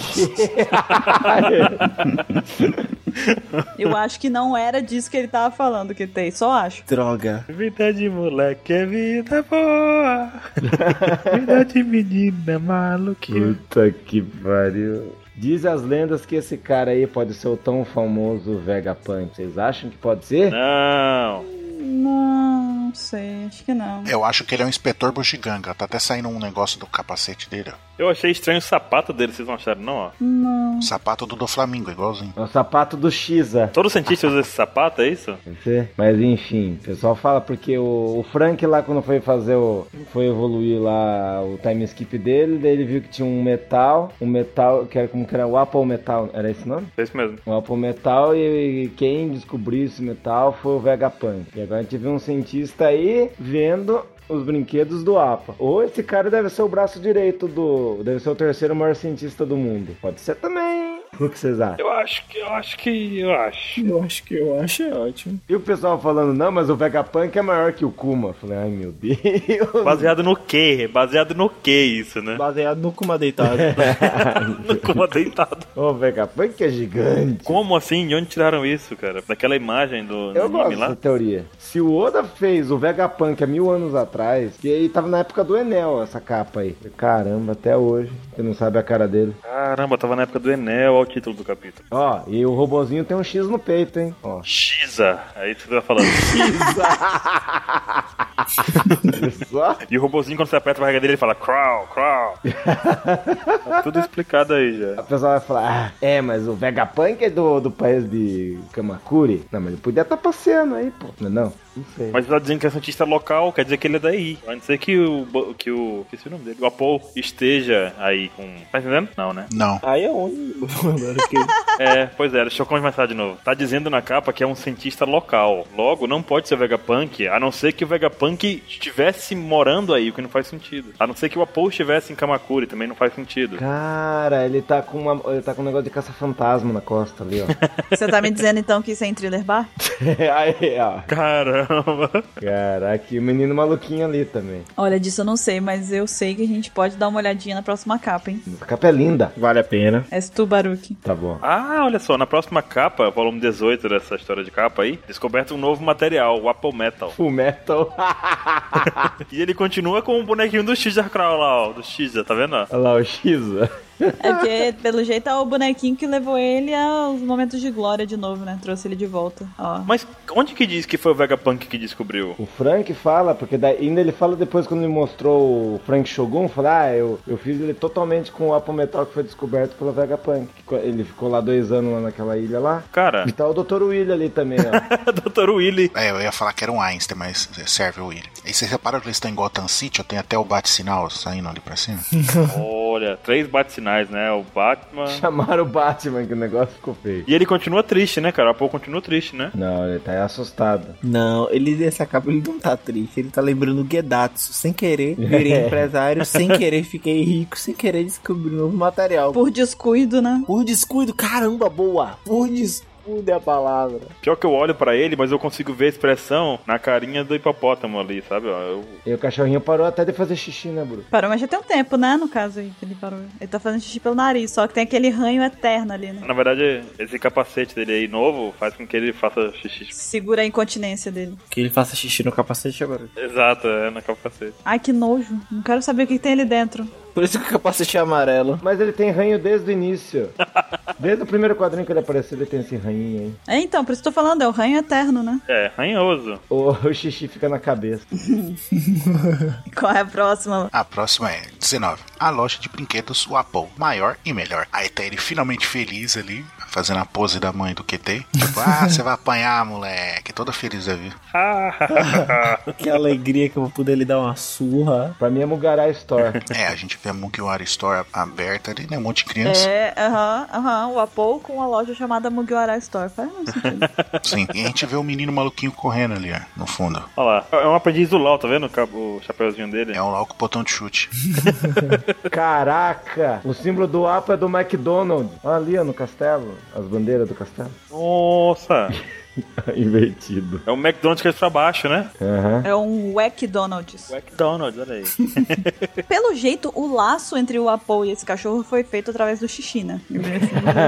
Speaker 1: Eu acho que não era disso que ele tava falando, que tem, só acho.
Speaker 3: Droga.
Speaker 2: Vida de moleque é vida boa. vida de menina maluquinha.
Speaker 4: Puta que pariu. Diz as lendas que esse cara aí pode ser o tão famoso Vegapunk. Vocês acham que pode ser?
Speaker 2: Não.
Speaker 1: Não sei, acho que não.
Speaker 5: Eu acho que ele é um inspetor bugiganga. Tá até saindo um negócio do capacete dele, ó.
Speaker 2: Eu achei estranho o sapato dele, vocês não acharam, não? Ó.
Speaker 1: Não.
Speaker 5: O sapato do do Flamengo, igualzinho.
Speaker 4: É o sapato do né? Shiza.
Speaker 2: Todo cientista usa esse sapato, é isso?
Speaker 4: Pode ser? Mas enfim, o pessoal fala porque o, o Frank lá quando foi fazer o. foi evoluir lá o time skip dele, daí ele viu que tinha um metal, um metal, que era como que era o Apple Metal, era esse o nome?
Speaker 2: É isso mesmo.
Speaker 4: O Apple Metal e quem descobriu esse metal foi o Vegapunk. E agora a gente vê um cientista aí vendo os brinquedos do APA. Ou esse cara deve ser o braço direito do. Deve ser o terceiro maior cientista do mundo. Pode ser também. O que vocês acham?
Speaker 2: Eu acho que, eu acho que, eu acho.
Speaker 8: Eu acho que eu acho é ótimo.
Speaker 4: E o pessoal falando, não, mas o Vegapunk é maior que o Kuma. Eu Falei, ai meu Deus.
Speaker 2: Baseado no quê? Baseado no quê isso, né?
Speaker 8: Baseado no Kuma deitado.
Speaker 2: No coma deitado.
Speaker 4: o Vegapunk é gigante.
Speaker 2: Como assim? De onde tiraram isso, cara? Daquela imagem do do
Speaker 4: Eu
Speaker 2: anime
Speaker 4: gosto
Speaker 2: lá?
Speaker 4: dessa teoria. Se o Oda fez o Vegapunk há mil anos atrás, que aí tava na época do Enel essa capa aí. Caramba, até hoje. Você não sabe a cara dele.
Speaker 2: Caramba, tava na época do Enel, olha o título do capítulo.
Speaker 4: Ó, e o robozinho tem um X no peito, hein? Ó.
Speaker 2: Giza! É isso que você tá falando.
Speaker 4: Só?
Speaker 2: e o robozinho, quando você aperta a barriga dele, ele fala crawl, crawl. tá tudo explicado aí já.
Speaker 4: A pessoa vai falar, ah, é, mas o Vegapunk é do, do país de Kamakuri? Não, mas ele podia estar passeando aí, pô. Não, não, não sei.
Speaker 2: Mas tá dizendo que é cientista local, quer dizer que ele é daí. A não ser que o. bo- que o. esqueci o nome dele. O Apol esteja aí com. Tá entendendo? Não, né?
Speaker 5: Não.
Speaker 8: Aí é onde. Agora que-
Speaker 2: É, pois é, deixa eu começar de novo. Tá dizendo na capa que é um cientista local. Logo, não pode ser o Vegapunk, a não ser que o Vegapunk estivesse morando aí, o que não faz sentido. A não ser que o Apollo estivesse em Kamakuri, também não faz sentido.
Speaker 4: Cara, ele tá com uma, ele tá com um negócio de caça-fantasma na costa ali, ó.
Speaker 1: Você tá me dizendo então que isso é em thriller bar?
Speaker 4: aí, ó.
Speaker 2: Caramba!
Speaker 4: Caraca, e o menino maluquinho ali também.
Speaker 1: Olha, disso eu não sei, mas eu sei que a gente pode dar uma olhadinha na próxima capa, hein?
Speaker 4: Essa capa é linda.
Speaker 8: Vale a pena.
Speaker 1: É Tubaruki.
Speaker 4: Tá bom.
Speaker 2: Ah, olha só, na próxima capa, volume 18 dessa história de capa aí, descoberto um novo material, o Apple Metal.
Speaker 4: Full metal.
Speaker 2: E ele continua com o bonequinho do Xizar Crow lá, ó, do Xizar, tá vendo? ó?
Speaker 4: Olha lá o Shiza.
Speaker 1: É porque, pelo jeito, é o bonequinho que levou ele aos momentos de glória de novo, né? Trouxe ele de volta. Ó.
Speaker 2: Mas onde que diz que foi o Vegapunk que descobriu?
Speaker 4: O Frank fala, porque daí, ainda ele fala depois quando ele mostrou o Frank Shogun, fala, ah, eu, eu fiz ele totalmente com o Apple Metal que foi descoberto pela Vegapunk. Que co- Ele ficou lá dois anos lá naquela ilha lá.
Speaker 2: Cara,
Speaker 4: E tá o Dr. Willy ali também, ó.
Speaker 2: Dr. Willy.
Speaker 5: É, eu ia falar que era um Einstein, mas serve o William. Aí vocês reparam que eles estão em Gotham City, ó, tem até o bate-sinal saindo ali pra cima.
Speaker 2: Olha, três bate-sinais, né? O Batman.
Speaker 4: Chamaram o Batman que o negócio ficou feio.
Speaker 2: E ele continua triste, né, cara? O Apollo continua triste, né?
Speaker 4: Não, ele tá assustado.
Speaker 3: Não, ele essa capa ele não tá triste, ele tá lembrando o Gedatsu, sem querer, virei empresário, sem querer fiquei rico, sem querer descobri um novo material. Por,
Speaker 1: Por descuido, né?
Speaker 3: descuido, caramba, boa. Por descuido é a palavra.
Speaker 2: Pior que eu olho pra ele, mas eu consigo ver a expressão na carinha do hipopótamo ali, sabe? ó? Eu-
Speaker 4: E o cachorrinho parou até de fazer xixi, né, Bruno?
Speaker 1: Parou, mas já tem um tempo, né? No caso aí que ele parou. Ele tá fazendo xixi pelo nariz, só que tem aquele ranho eterno ali, né?
Speaker 2: Na verdade, esse capacete dele aí novo faz com que ele faça xixi.
Speaker 1: Segura a incontinência dele.
Speaker 3: Que ele faça xixi no capacete agora.
Speaker 2: Exato, é na capacete.
Speaker 1: Ai, que nojo. Não quero saber o que, que tem ali dentro.
Speaker 3: Por isso que o capacete é amarelo.
Speaker 4: Mas ele tem ranho desde o início. Desde o primeiro quadrinho que ele apareceu, ele tem esse ranhinho aí.
Speaker 1: É, então, por isso que eu tô falando, é o ranho eterno, né?
Speaker 2: É, ranhoso.
Speaker 4: O, o xixi fica na cabeça.
Speaker 1: Qual é a próxima?
Speaker 5: A próxima é 19. A loja de brinquedos Wapol, maior e melhor. Aí tá ele finalmente feliz ali, fazendo a pose da mãe do QT. Tipo, ah, você vai apanhar, moleque. Toda feliz da vida.
Speaker 3: Que alegria que eu vou poder lhe dar uma surra.
Speaker 4: Pra mim é Mugará Store.
Speaker 5: É, a gente vê a Mugiwara Store aberta ali, né? Um monte de criança.
Speaker 1: É, aham, aham. o Apple com uma loja chamada Mugiwara Store. Faz muito sentido.
Speaker 5: Sim. E a gente vê o menino maluquinho correndo ali, ó, no fundo.
Speaker 2: Olha lá, é um aprendiz do LOL, tá vendo o cabo- o chapeuzinho dele?
Speaker 5: É um lá com o botão de chute.
Speaker 4: Caraca! O símbolo do APA é do McDonald's. Olha ali, ó, no castelo. As bandeiras do castelo.
Speaker 2: Nossa,
Speaker 4: Invertido.
Speaker 2: é o McDonald's que é pra baixo, né?
Speaker 4: Aham.
Speaker 1: É um Wack Donald's.
Speaker 2: McDonald's, olha aí.
Speaker 1: Pelo jeito, o laço entre o Apple e esse cachorro foi feito através do xixi, né?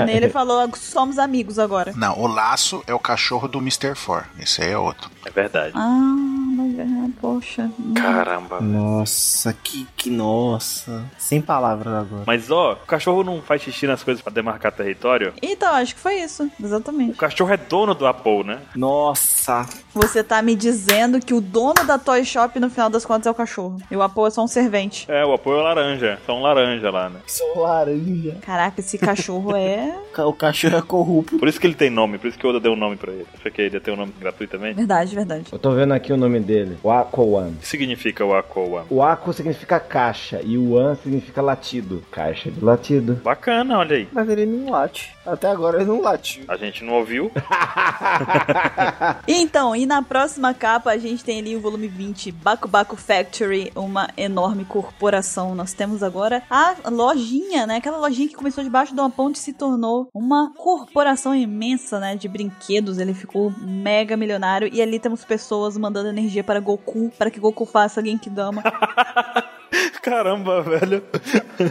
Speaker 1: Ele falou, somos amigos agora.
Speaker 5: Não, o laço é o cachorro do Mr. Four. Esse aí é outro.
Speaker 2: É verdade.
Speaker 1: Ah, mas, ah, poxa.
Speaker 2: Caramba.
Speaker 3: Nossa, que, que nossa. Sem palavras agora.
Speaker 2: Mas ó, o cachorro não faz xixi nas coisas pra demarcar território?
Speaker 1: Então, acho que foi isso.
Speaker 2: O
Speaker 1: Exatamente.
Speaker 2: cachorro é dono do Apple, né?
Speaker 3: Nossa.
Speaker 1: Você tá me dizendo que o dono da Toy Shop, no final das contas, é o cachorro. E o Apple é só um servente.
Speaker 2: É, o apoio é laranja. São laranja lá, né?
Speaker 3: Que sou laranja.
Speaker 1: Caraca, esse cachorro é...
Speaker 3: Ca- O cachorro é corrupto.
Speaker 2: Por isso que ele tem nome, por isso que o Oda deu um nome pra ele. Achei que ele ia ter um nome gratuitamente.
Speaker 1: Verdade, verdade.
Speaker 4: Eu tô vendo aqui o nome dele. Wakowan.
Speaker 2: O que significa o Akoa?
Speaker 4: O Ako significa caixa e o An significa latido. Caixa de latido.
Speaker 2: Bacana, olha aí.
Speaker 3: Mas ele não late. Até agora ele não latiu.
Speaker 2: A gente não ouviu.
Speaker 1: E Então, e na próxima capa a gente tem ali o volume 20, Baco Baco Factory, uma enorme corporação. Nós temos agora a lojinha, né? Aquela lojinha que começou debaixo de uma ponte e se tornou uma corporação imensa, né? De brinquedos. Ele ficou mega milionário. E ali temos pessoas mandando energia para Goku, para que Goku faça alguém que dama.
Speaker 2: Caramba, velho.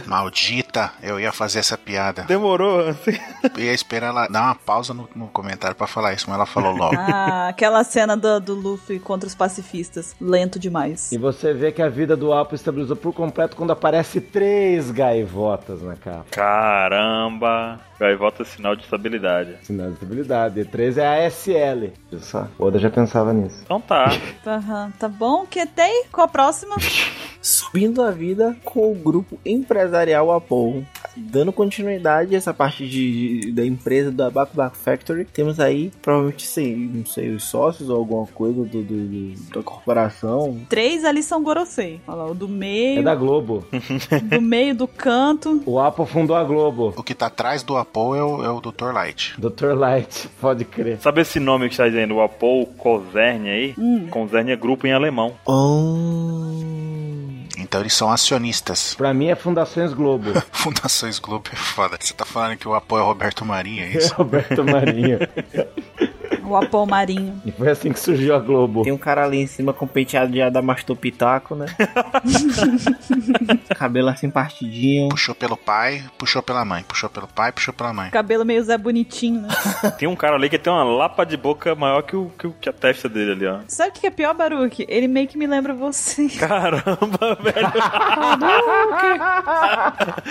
Speaker 5: Maldita, eu ia fazer essa piada.
Speaker 2: Demorou, assim.
Speaker 5: Eu ia esperar ela dar uma pausa no, no comentário pra falar isso, mas ela falou logo.
Speaker 1: Ah, aquela cena do, do Luffy contra os pacifistas. Lento demais.
Speaker 4: E você vê que a vida do Apo estabilizou por completo quando aparece três gaivotas na capa.
Speaker 2: Caramba. Gaivota é sinal de estabilidade.
Speaker 4: Sinal de estabilidade. E três é a SL. Viu Só. O Oda já pensava nisso.
Speaker 2: Então tá.
Speaker 1: Aham, tá bom, Ketei? Qual a próxima?
Speaker 3: Subindo a vida com o grupo empresarial Apollo. Dando continuidade a essa parte de, de- da empresa da Back Back Factory, temos aí, provavelmente, sei, não sei, os sócios ou alguma coisa do, do- do- da corporação.
Speaker 1: Três ali são Gorosei. Olha lá, o do meio.
Speaker 4: É da Globo.
Speaker 1: do meio do canto.
Speaker 4: O Apo fundou a Globo.
Speaker 5: O que tá atrás do Apol é o, é o Dr. Light.
Speaker 4: Dr. Light, pode crer.
Speaker 2: Sabe esse nome que está dizendo? O Apol Kozerne aí? Kozerne é grupo em alemão.
Speaker 3: Oh.
Speaker 5: Então eles são acionistas.
Speaker 4: Pra mim é Fundações Globo.
Speaker 5: Fundações Globo é foda. Você tá falando que o Apol é Roberto Marinho, é isso?
Speaker 4: Roberto Marinho.
Speaker 1: O Apol Marinho.
Speaker 4: E foi assim que surgiu a Globo.
Speaker 3: Tem um cara ali em cima com penteado de Adamastopitaco, né? Cabelo assim partidinho.
Speaker 5: Puxou pelo pai, puxou pela mãe. Puxou pelo pai, puxou pela mãe.
Speaker 1: Cabelo meio Zé Bonitinho, né?
Speaker 2: Tem um cara ali que tem uma lapa de boca maior que, o, que, o- que a testa dele ali, ó.
Speaker 1: Sabe o que que é pior, Baruque? Ele meio que me lembra você.
Speaker 2: Caramba, velho.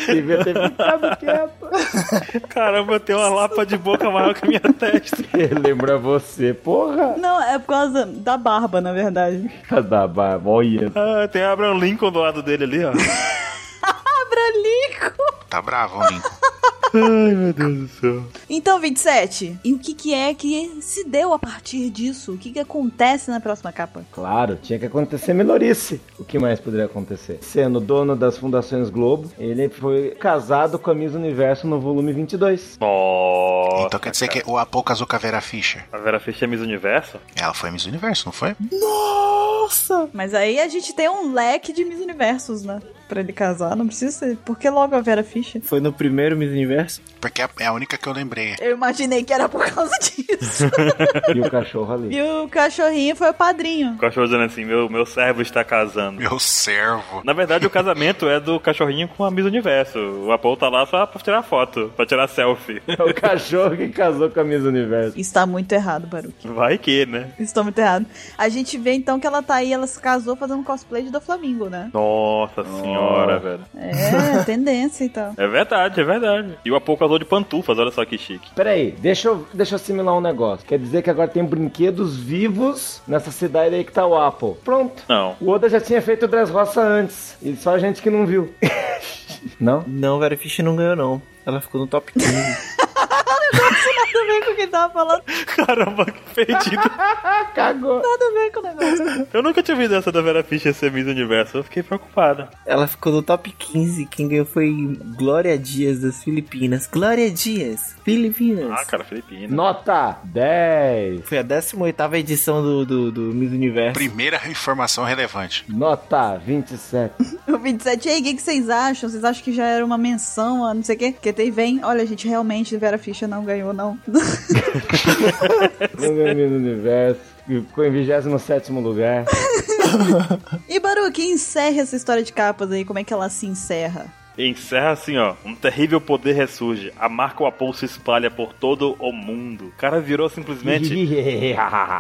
Speaker 4: Devia ter ficado um quieto.
Speaker 2: Caramba, tem uma lapa de boca maior que a minha testa.
Speaker 4: Lembra você, porra.
Speaker 1: Não, é por causa da barba, na verdade.
Speaker 4: Da barba, olha.
Speaker 2: Ah, tem Abraham Lincoln do lado dele ali, ó.
Speaker 1: Abralico!
Speaker 5: Tá bravo, Lincoln.
Speaker 1: Então, 27. E o que que é que se deu a partir disso? O que que acontece na próxima capa?
Speaker 4: Claro, tinha que acontecer Melorice. O que mais poderia acontecer? Sendo dono das Fundações Globo, ele foi casado com a Miss Universo no volume 22.
Speaker 2: Nossa.
Speaker 5: Então quer dizer que o Apol casou com a Vera Fischer.
Speaker 2: A Vera Fischer é Miss Universo?
Speaker 5: Ela foi Miss Universo, não foi?
Speaker 3: Nossa!
Speaker 1: Mas aí a gente tem um leque de Miss Universos, né? Pra ele casar. Não precisa ser. Por que logo a Vera Fischer?
Speaker 3: Foi no primeiro Miss Universo?
Speaker 5: Porque é a única que eu lembrei.
Speaker 1: Eu imaginei que era por causa disso.
Speaker 4: E o cachorro ali.
Speaker 1: e o cachorrinho foi o padrinho.
Speaker 2: O cachorro dizendo assim, meu, meu servo está casando.
Speaker 5: Meu servo.
Speaker 2: Na verdade, o casamento é do cachorrinho com a Miss Universo. O Apol tá lá só pra tirar foto, pra tirar selfie.
Speaker 4: É o cachorro que casou com a Miss Universo.
Speaker 1: Está muito errado, Baruque.
Speaker 2: Vai que, né?
Speaker 1: Estou muito errado. A gente vê então que ela tá aí, ela se casou fazendo cosplay de do Flamingo, né?
Speaker 2: Nossa senhora, velho.
Speaker 1: É, tendência então.
Speaker 2: É verdade, é verdade. E o Apol casou de pantufas, olha só que chique.
Speaker 4: Peraí, deixa eu, deixa eu assimilar um negócio. Quer dizer que agora tem brinquedos vivos nessa cidade aí que tá o Apple. Pronto.
Speaker 2: Não.
Speaker 4: O Oda já tinha feito o Dress Roça antes. E só a gente que não viu. não?
Speaker 3: Não, Vera Fischer não ganhou, não. Ela ficou no top 15.
Speaker 1: ver com o que ele tava falando,
Speaker 2: Caramba, que perdido.
Speaker 4: Cagou.
Speaker 1: nada a ver com o negócio.
Speaker 2: Eu nunca tinha ouvido essa da Vera Fischer ser Miss Universo. Eu fiquei preocupada.
Speaker 3: Ela ficou no top 15. Quem ganhou foi Glória Dias das Filipinas. Glória Dias, Filipinas.
Speaker 2: Ah, cara, Filipina.
Speaker 4: Nota 10.
Speaker 3: Foi a 18 edição do, do, do Miss Universo.
Speaker 5: Primeira informação relevante.
Speaker 4: Nota 27.
Speaker 1: O 27, e aí, o que, que vocês acham? Vocês acham que já era uma menção, a não sei o quê? Que tem vem, olha, gente, realmente Vera Fischer não ganhou, não.
Speaker 4: Não ganhou Miss Universo. e Ficou em 27 lugar.
Speaker 1: E Baruque, encerra essa história de capas aí, como é que ela se encerra?
Speaker 2: E encerra assim, ó. Um terrível poder ressurge. A marca Wapol se espalha por todo o mundo. O cara virou
Speaker 4: Uhum.
Speaker 2: simplesmente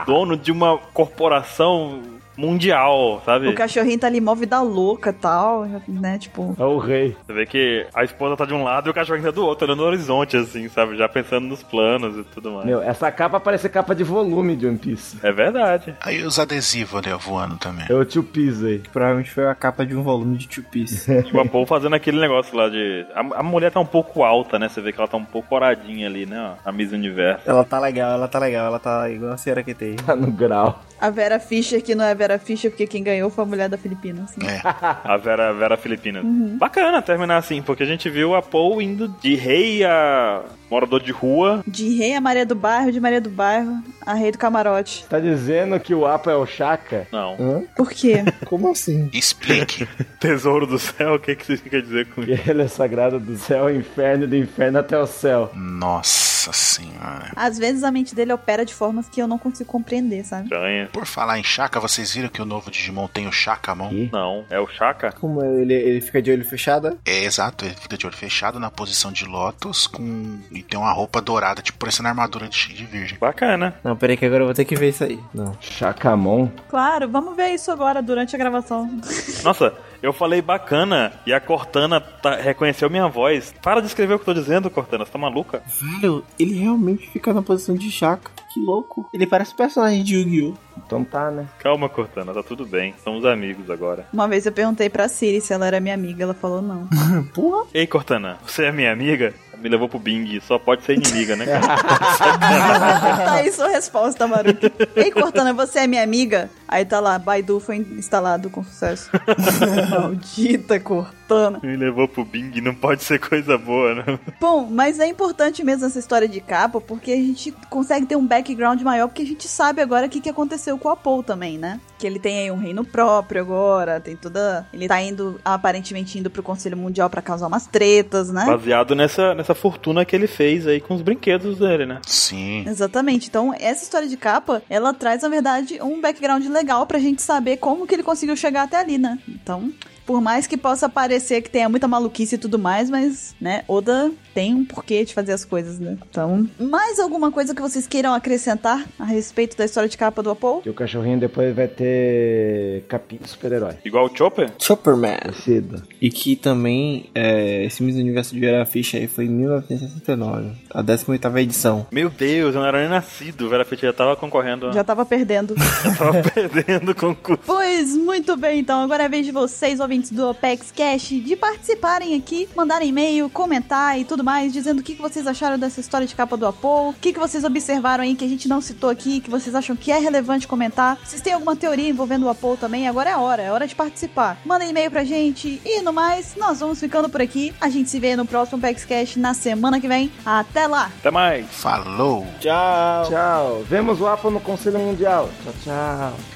Speaker 2: dono de uma corporação mundial, sabe?
Speaker 1: O cachorrinho tá ali mó vida louca e tal, né? Tipo,
Speaker 4: É o rei.
Speaker 2: Você vê que a esposa tá de um lado e o cachorrinho tá do outro, olhando no horizonte, assim, sabe? Já pensando nos planos e tudo mais.
Speaker 4: Meu, essa capa parece capa de volume de One Piece.
Speaker 2: É verdade.
Speaker 5: Aí os adesivos ali, ó, voando também.
Speaker 4: É o tio Piso aí.
Speaker 3: Provavelmente foi a capa de um volume de Two Piece.
Speaker 2: E o Apol Tipo, fazendo aquele negócio lá de. A, a mulher tá um pouco alta, né? Você vê que ela tá um pouco oradinha ali, né? ó, A Miss Universo.
Speaker 3: ela tá legal, ela tá legal, ela tá igual a senhora que tem.
Speaker 4: Tá no grau.
Speaker 1: a Vera Fischer, que não é Vera Fischer, porque quem ganhou foi a mulher da Filipinas. né?
Speaker 5: É.
Speaker 2: A Vera, Vera Filipina. Bacana terminar assim, porque a gente viu a Paul indo de rei a morador de rua.
Speaker 1: De rei a Maria do Bairro, de Maria do Bairro a rei do camarote.
Speaker 4: Tá dizendo que o Apa é o Chaka?
Speaker 2: Não.
Speaker 1: Por quê?
Speaker 3: Como assim?
Speaker 5: Explique.
Speaker 2: Tesouro do céu, o que, que você quer dizer com
Speaker 4: Que
Speaker 2: isso?
Speaker 4: ele é sagrado do céu, inferno, do inferno até o céu.
Speaker 5: Nossa senhora.
Speaker 1: Às vezes a mente dele opera de formas que eu não consigo compreender, sabe?
Speaker 2: Estranha.
Speaker 5: Por falar em Chaka, vocês viram que o novo Digimon tem o Chacamon?
Speaker 2: Não. É o Chaka?
Speaker 3: Como ele, ele fica de olho fechado?
Speaker 5: É exato, ele fica de olho fechado na posição de Lotus com... e tem uma roupa dourada, tipo parecendo a armadura de, de virgem.
Speaker 2: Bacana.
Speaker 3: Não, peraí que agora eu vou ter que ver isso aí. Não.
Speaker 4: Chacamon?
Speaker 1: Claro, vamos ver isso agora durante a gravação.
Speaker 2: Nossa, eu falei bacana e a Cortana tá- reconheceu minha voz. Para de escrever o que eu tô dizendo, Cortana. Você tá maluca?
Speaker 3: Velho, ele realmente fica na posição de Shaka. Que louco. Ele parece um personagem de Yu-Gi-Oh!
Speaker 4: Então tá, né?
Speaker 2: Calma, Cortana. Tá tudo bem. Somos amigos agora.
Speaker 1: Uma vez eu perguntei pra Siri se ela era minha amiga, ela falou não.
Speaker 3: Porra!
Speaker 2: Ei, Cortana. Você é minha amiga? Me levou pro Bing. Só pode ser inimiga, né? cara?
Speaker 1: tá aí sua resposta, Maruki. Ei, Cortana, você é minha amiga? Aí tá lá, Baidu foi instalado com sucesso. Maldita Cortana.
Speaker 2: Me levou pro Bing. Não pode ser coisa boa, né?
Speaker 1: Bom, mas é importante mesmo essa história de capa, porque a gente consegue ter um background maior, porque a gente sabe agora o que, que aconteceu com o Paul também, né? Que ele tem aí um reino próprio agora, tem toda. Ele tá indo, aparentemente, indo pro Conselho Mundial pra causar umas tretas, né?
Speaker 2: Baseado nessa, nessa fortuna que ele fez aí com os brinquedos dele, né?
Speaker 5: Sim.
Speaker 1: Exatamente. Então, essa história de capa, ela traz, na verdade, um background legal pra gente saber como que ele conseguiu chegar até ali, né? Então, por mais que possa parecer que tenha muita maluquice e tudo mais, mas, né, Oda tem um porquê de fazer as coisas, né? Então, mais alguma coisa que vocês queiram acrescentar a respeito da história de capa do Apple?
Speaker 4: Que o cachorrinho depois vai ter capítulo super-herói.
Speaker 2: Igual o Chopper?
Speaker 3: Chopperman.
Speaker 4: Cedo.
Speaker 3: E que também, é, esse Miss Universo de Vera Fischer aí foi em 1969. A 18ª edição.
Speaker 2: Meu Deus, eu não era nem nascido. Vera Fischer já tava concorrendo.
Speaker 1: Já tava perdendo.
Speaker 2: já tava perdendo o concurso.
Speaker 1: Pois muito bem, então. Agora é vez de vocês, ouvintes do Opex Cash, de participarem aqui, mandarem e-mail, comentar e tudo mais, dizendo o que que vocês acharam dessa história de capa do Apol, o que que vocês observaram aí que a gente não citou aqui, que vocês acham que é relevante comentar. Vocês têm alguma teoria envolvendo o Apol também? Agora é a hora, é hora de participar. Mandem e-mail pra gente e no mais, nós vamos ficando por aqui. A gente se vê no próximo Opex Cash na semana que vem. Até lá!
Speaker 2: Até mais.
Speaker 5: Falou!
Speaker 3: Tchau!
Speaker 4: Tchau. Vemos o Apa no Conselho Mundial. Tchau, tchau.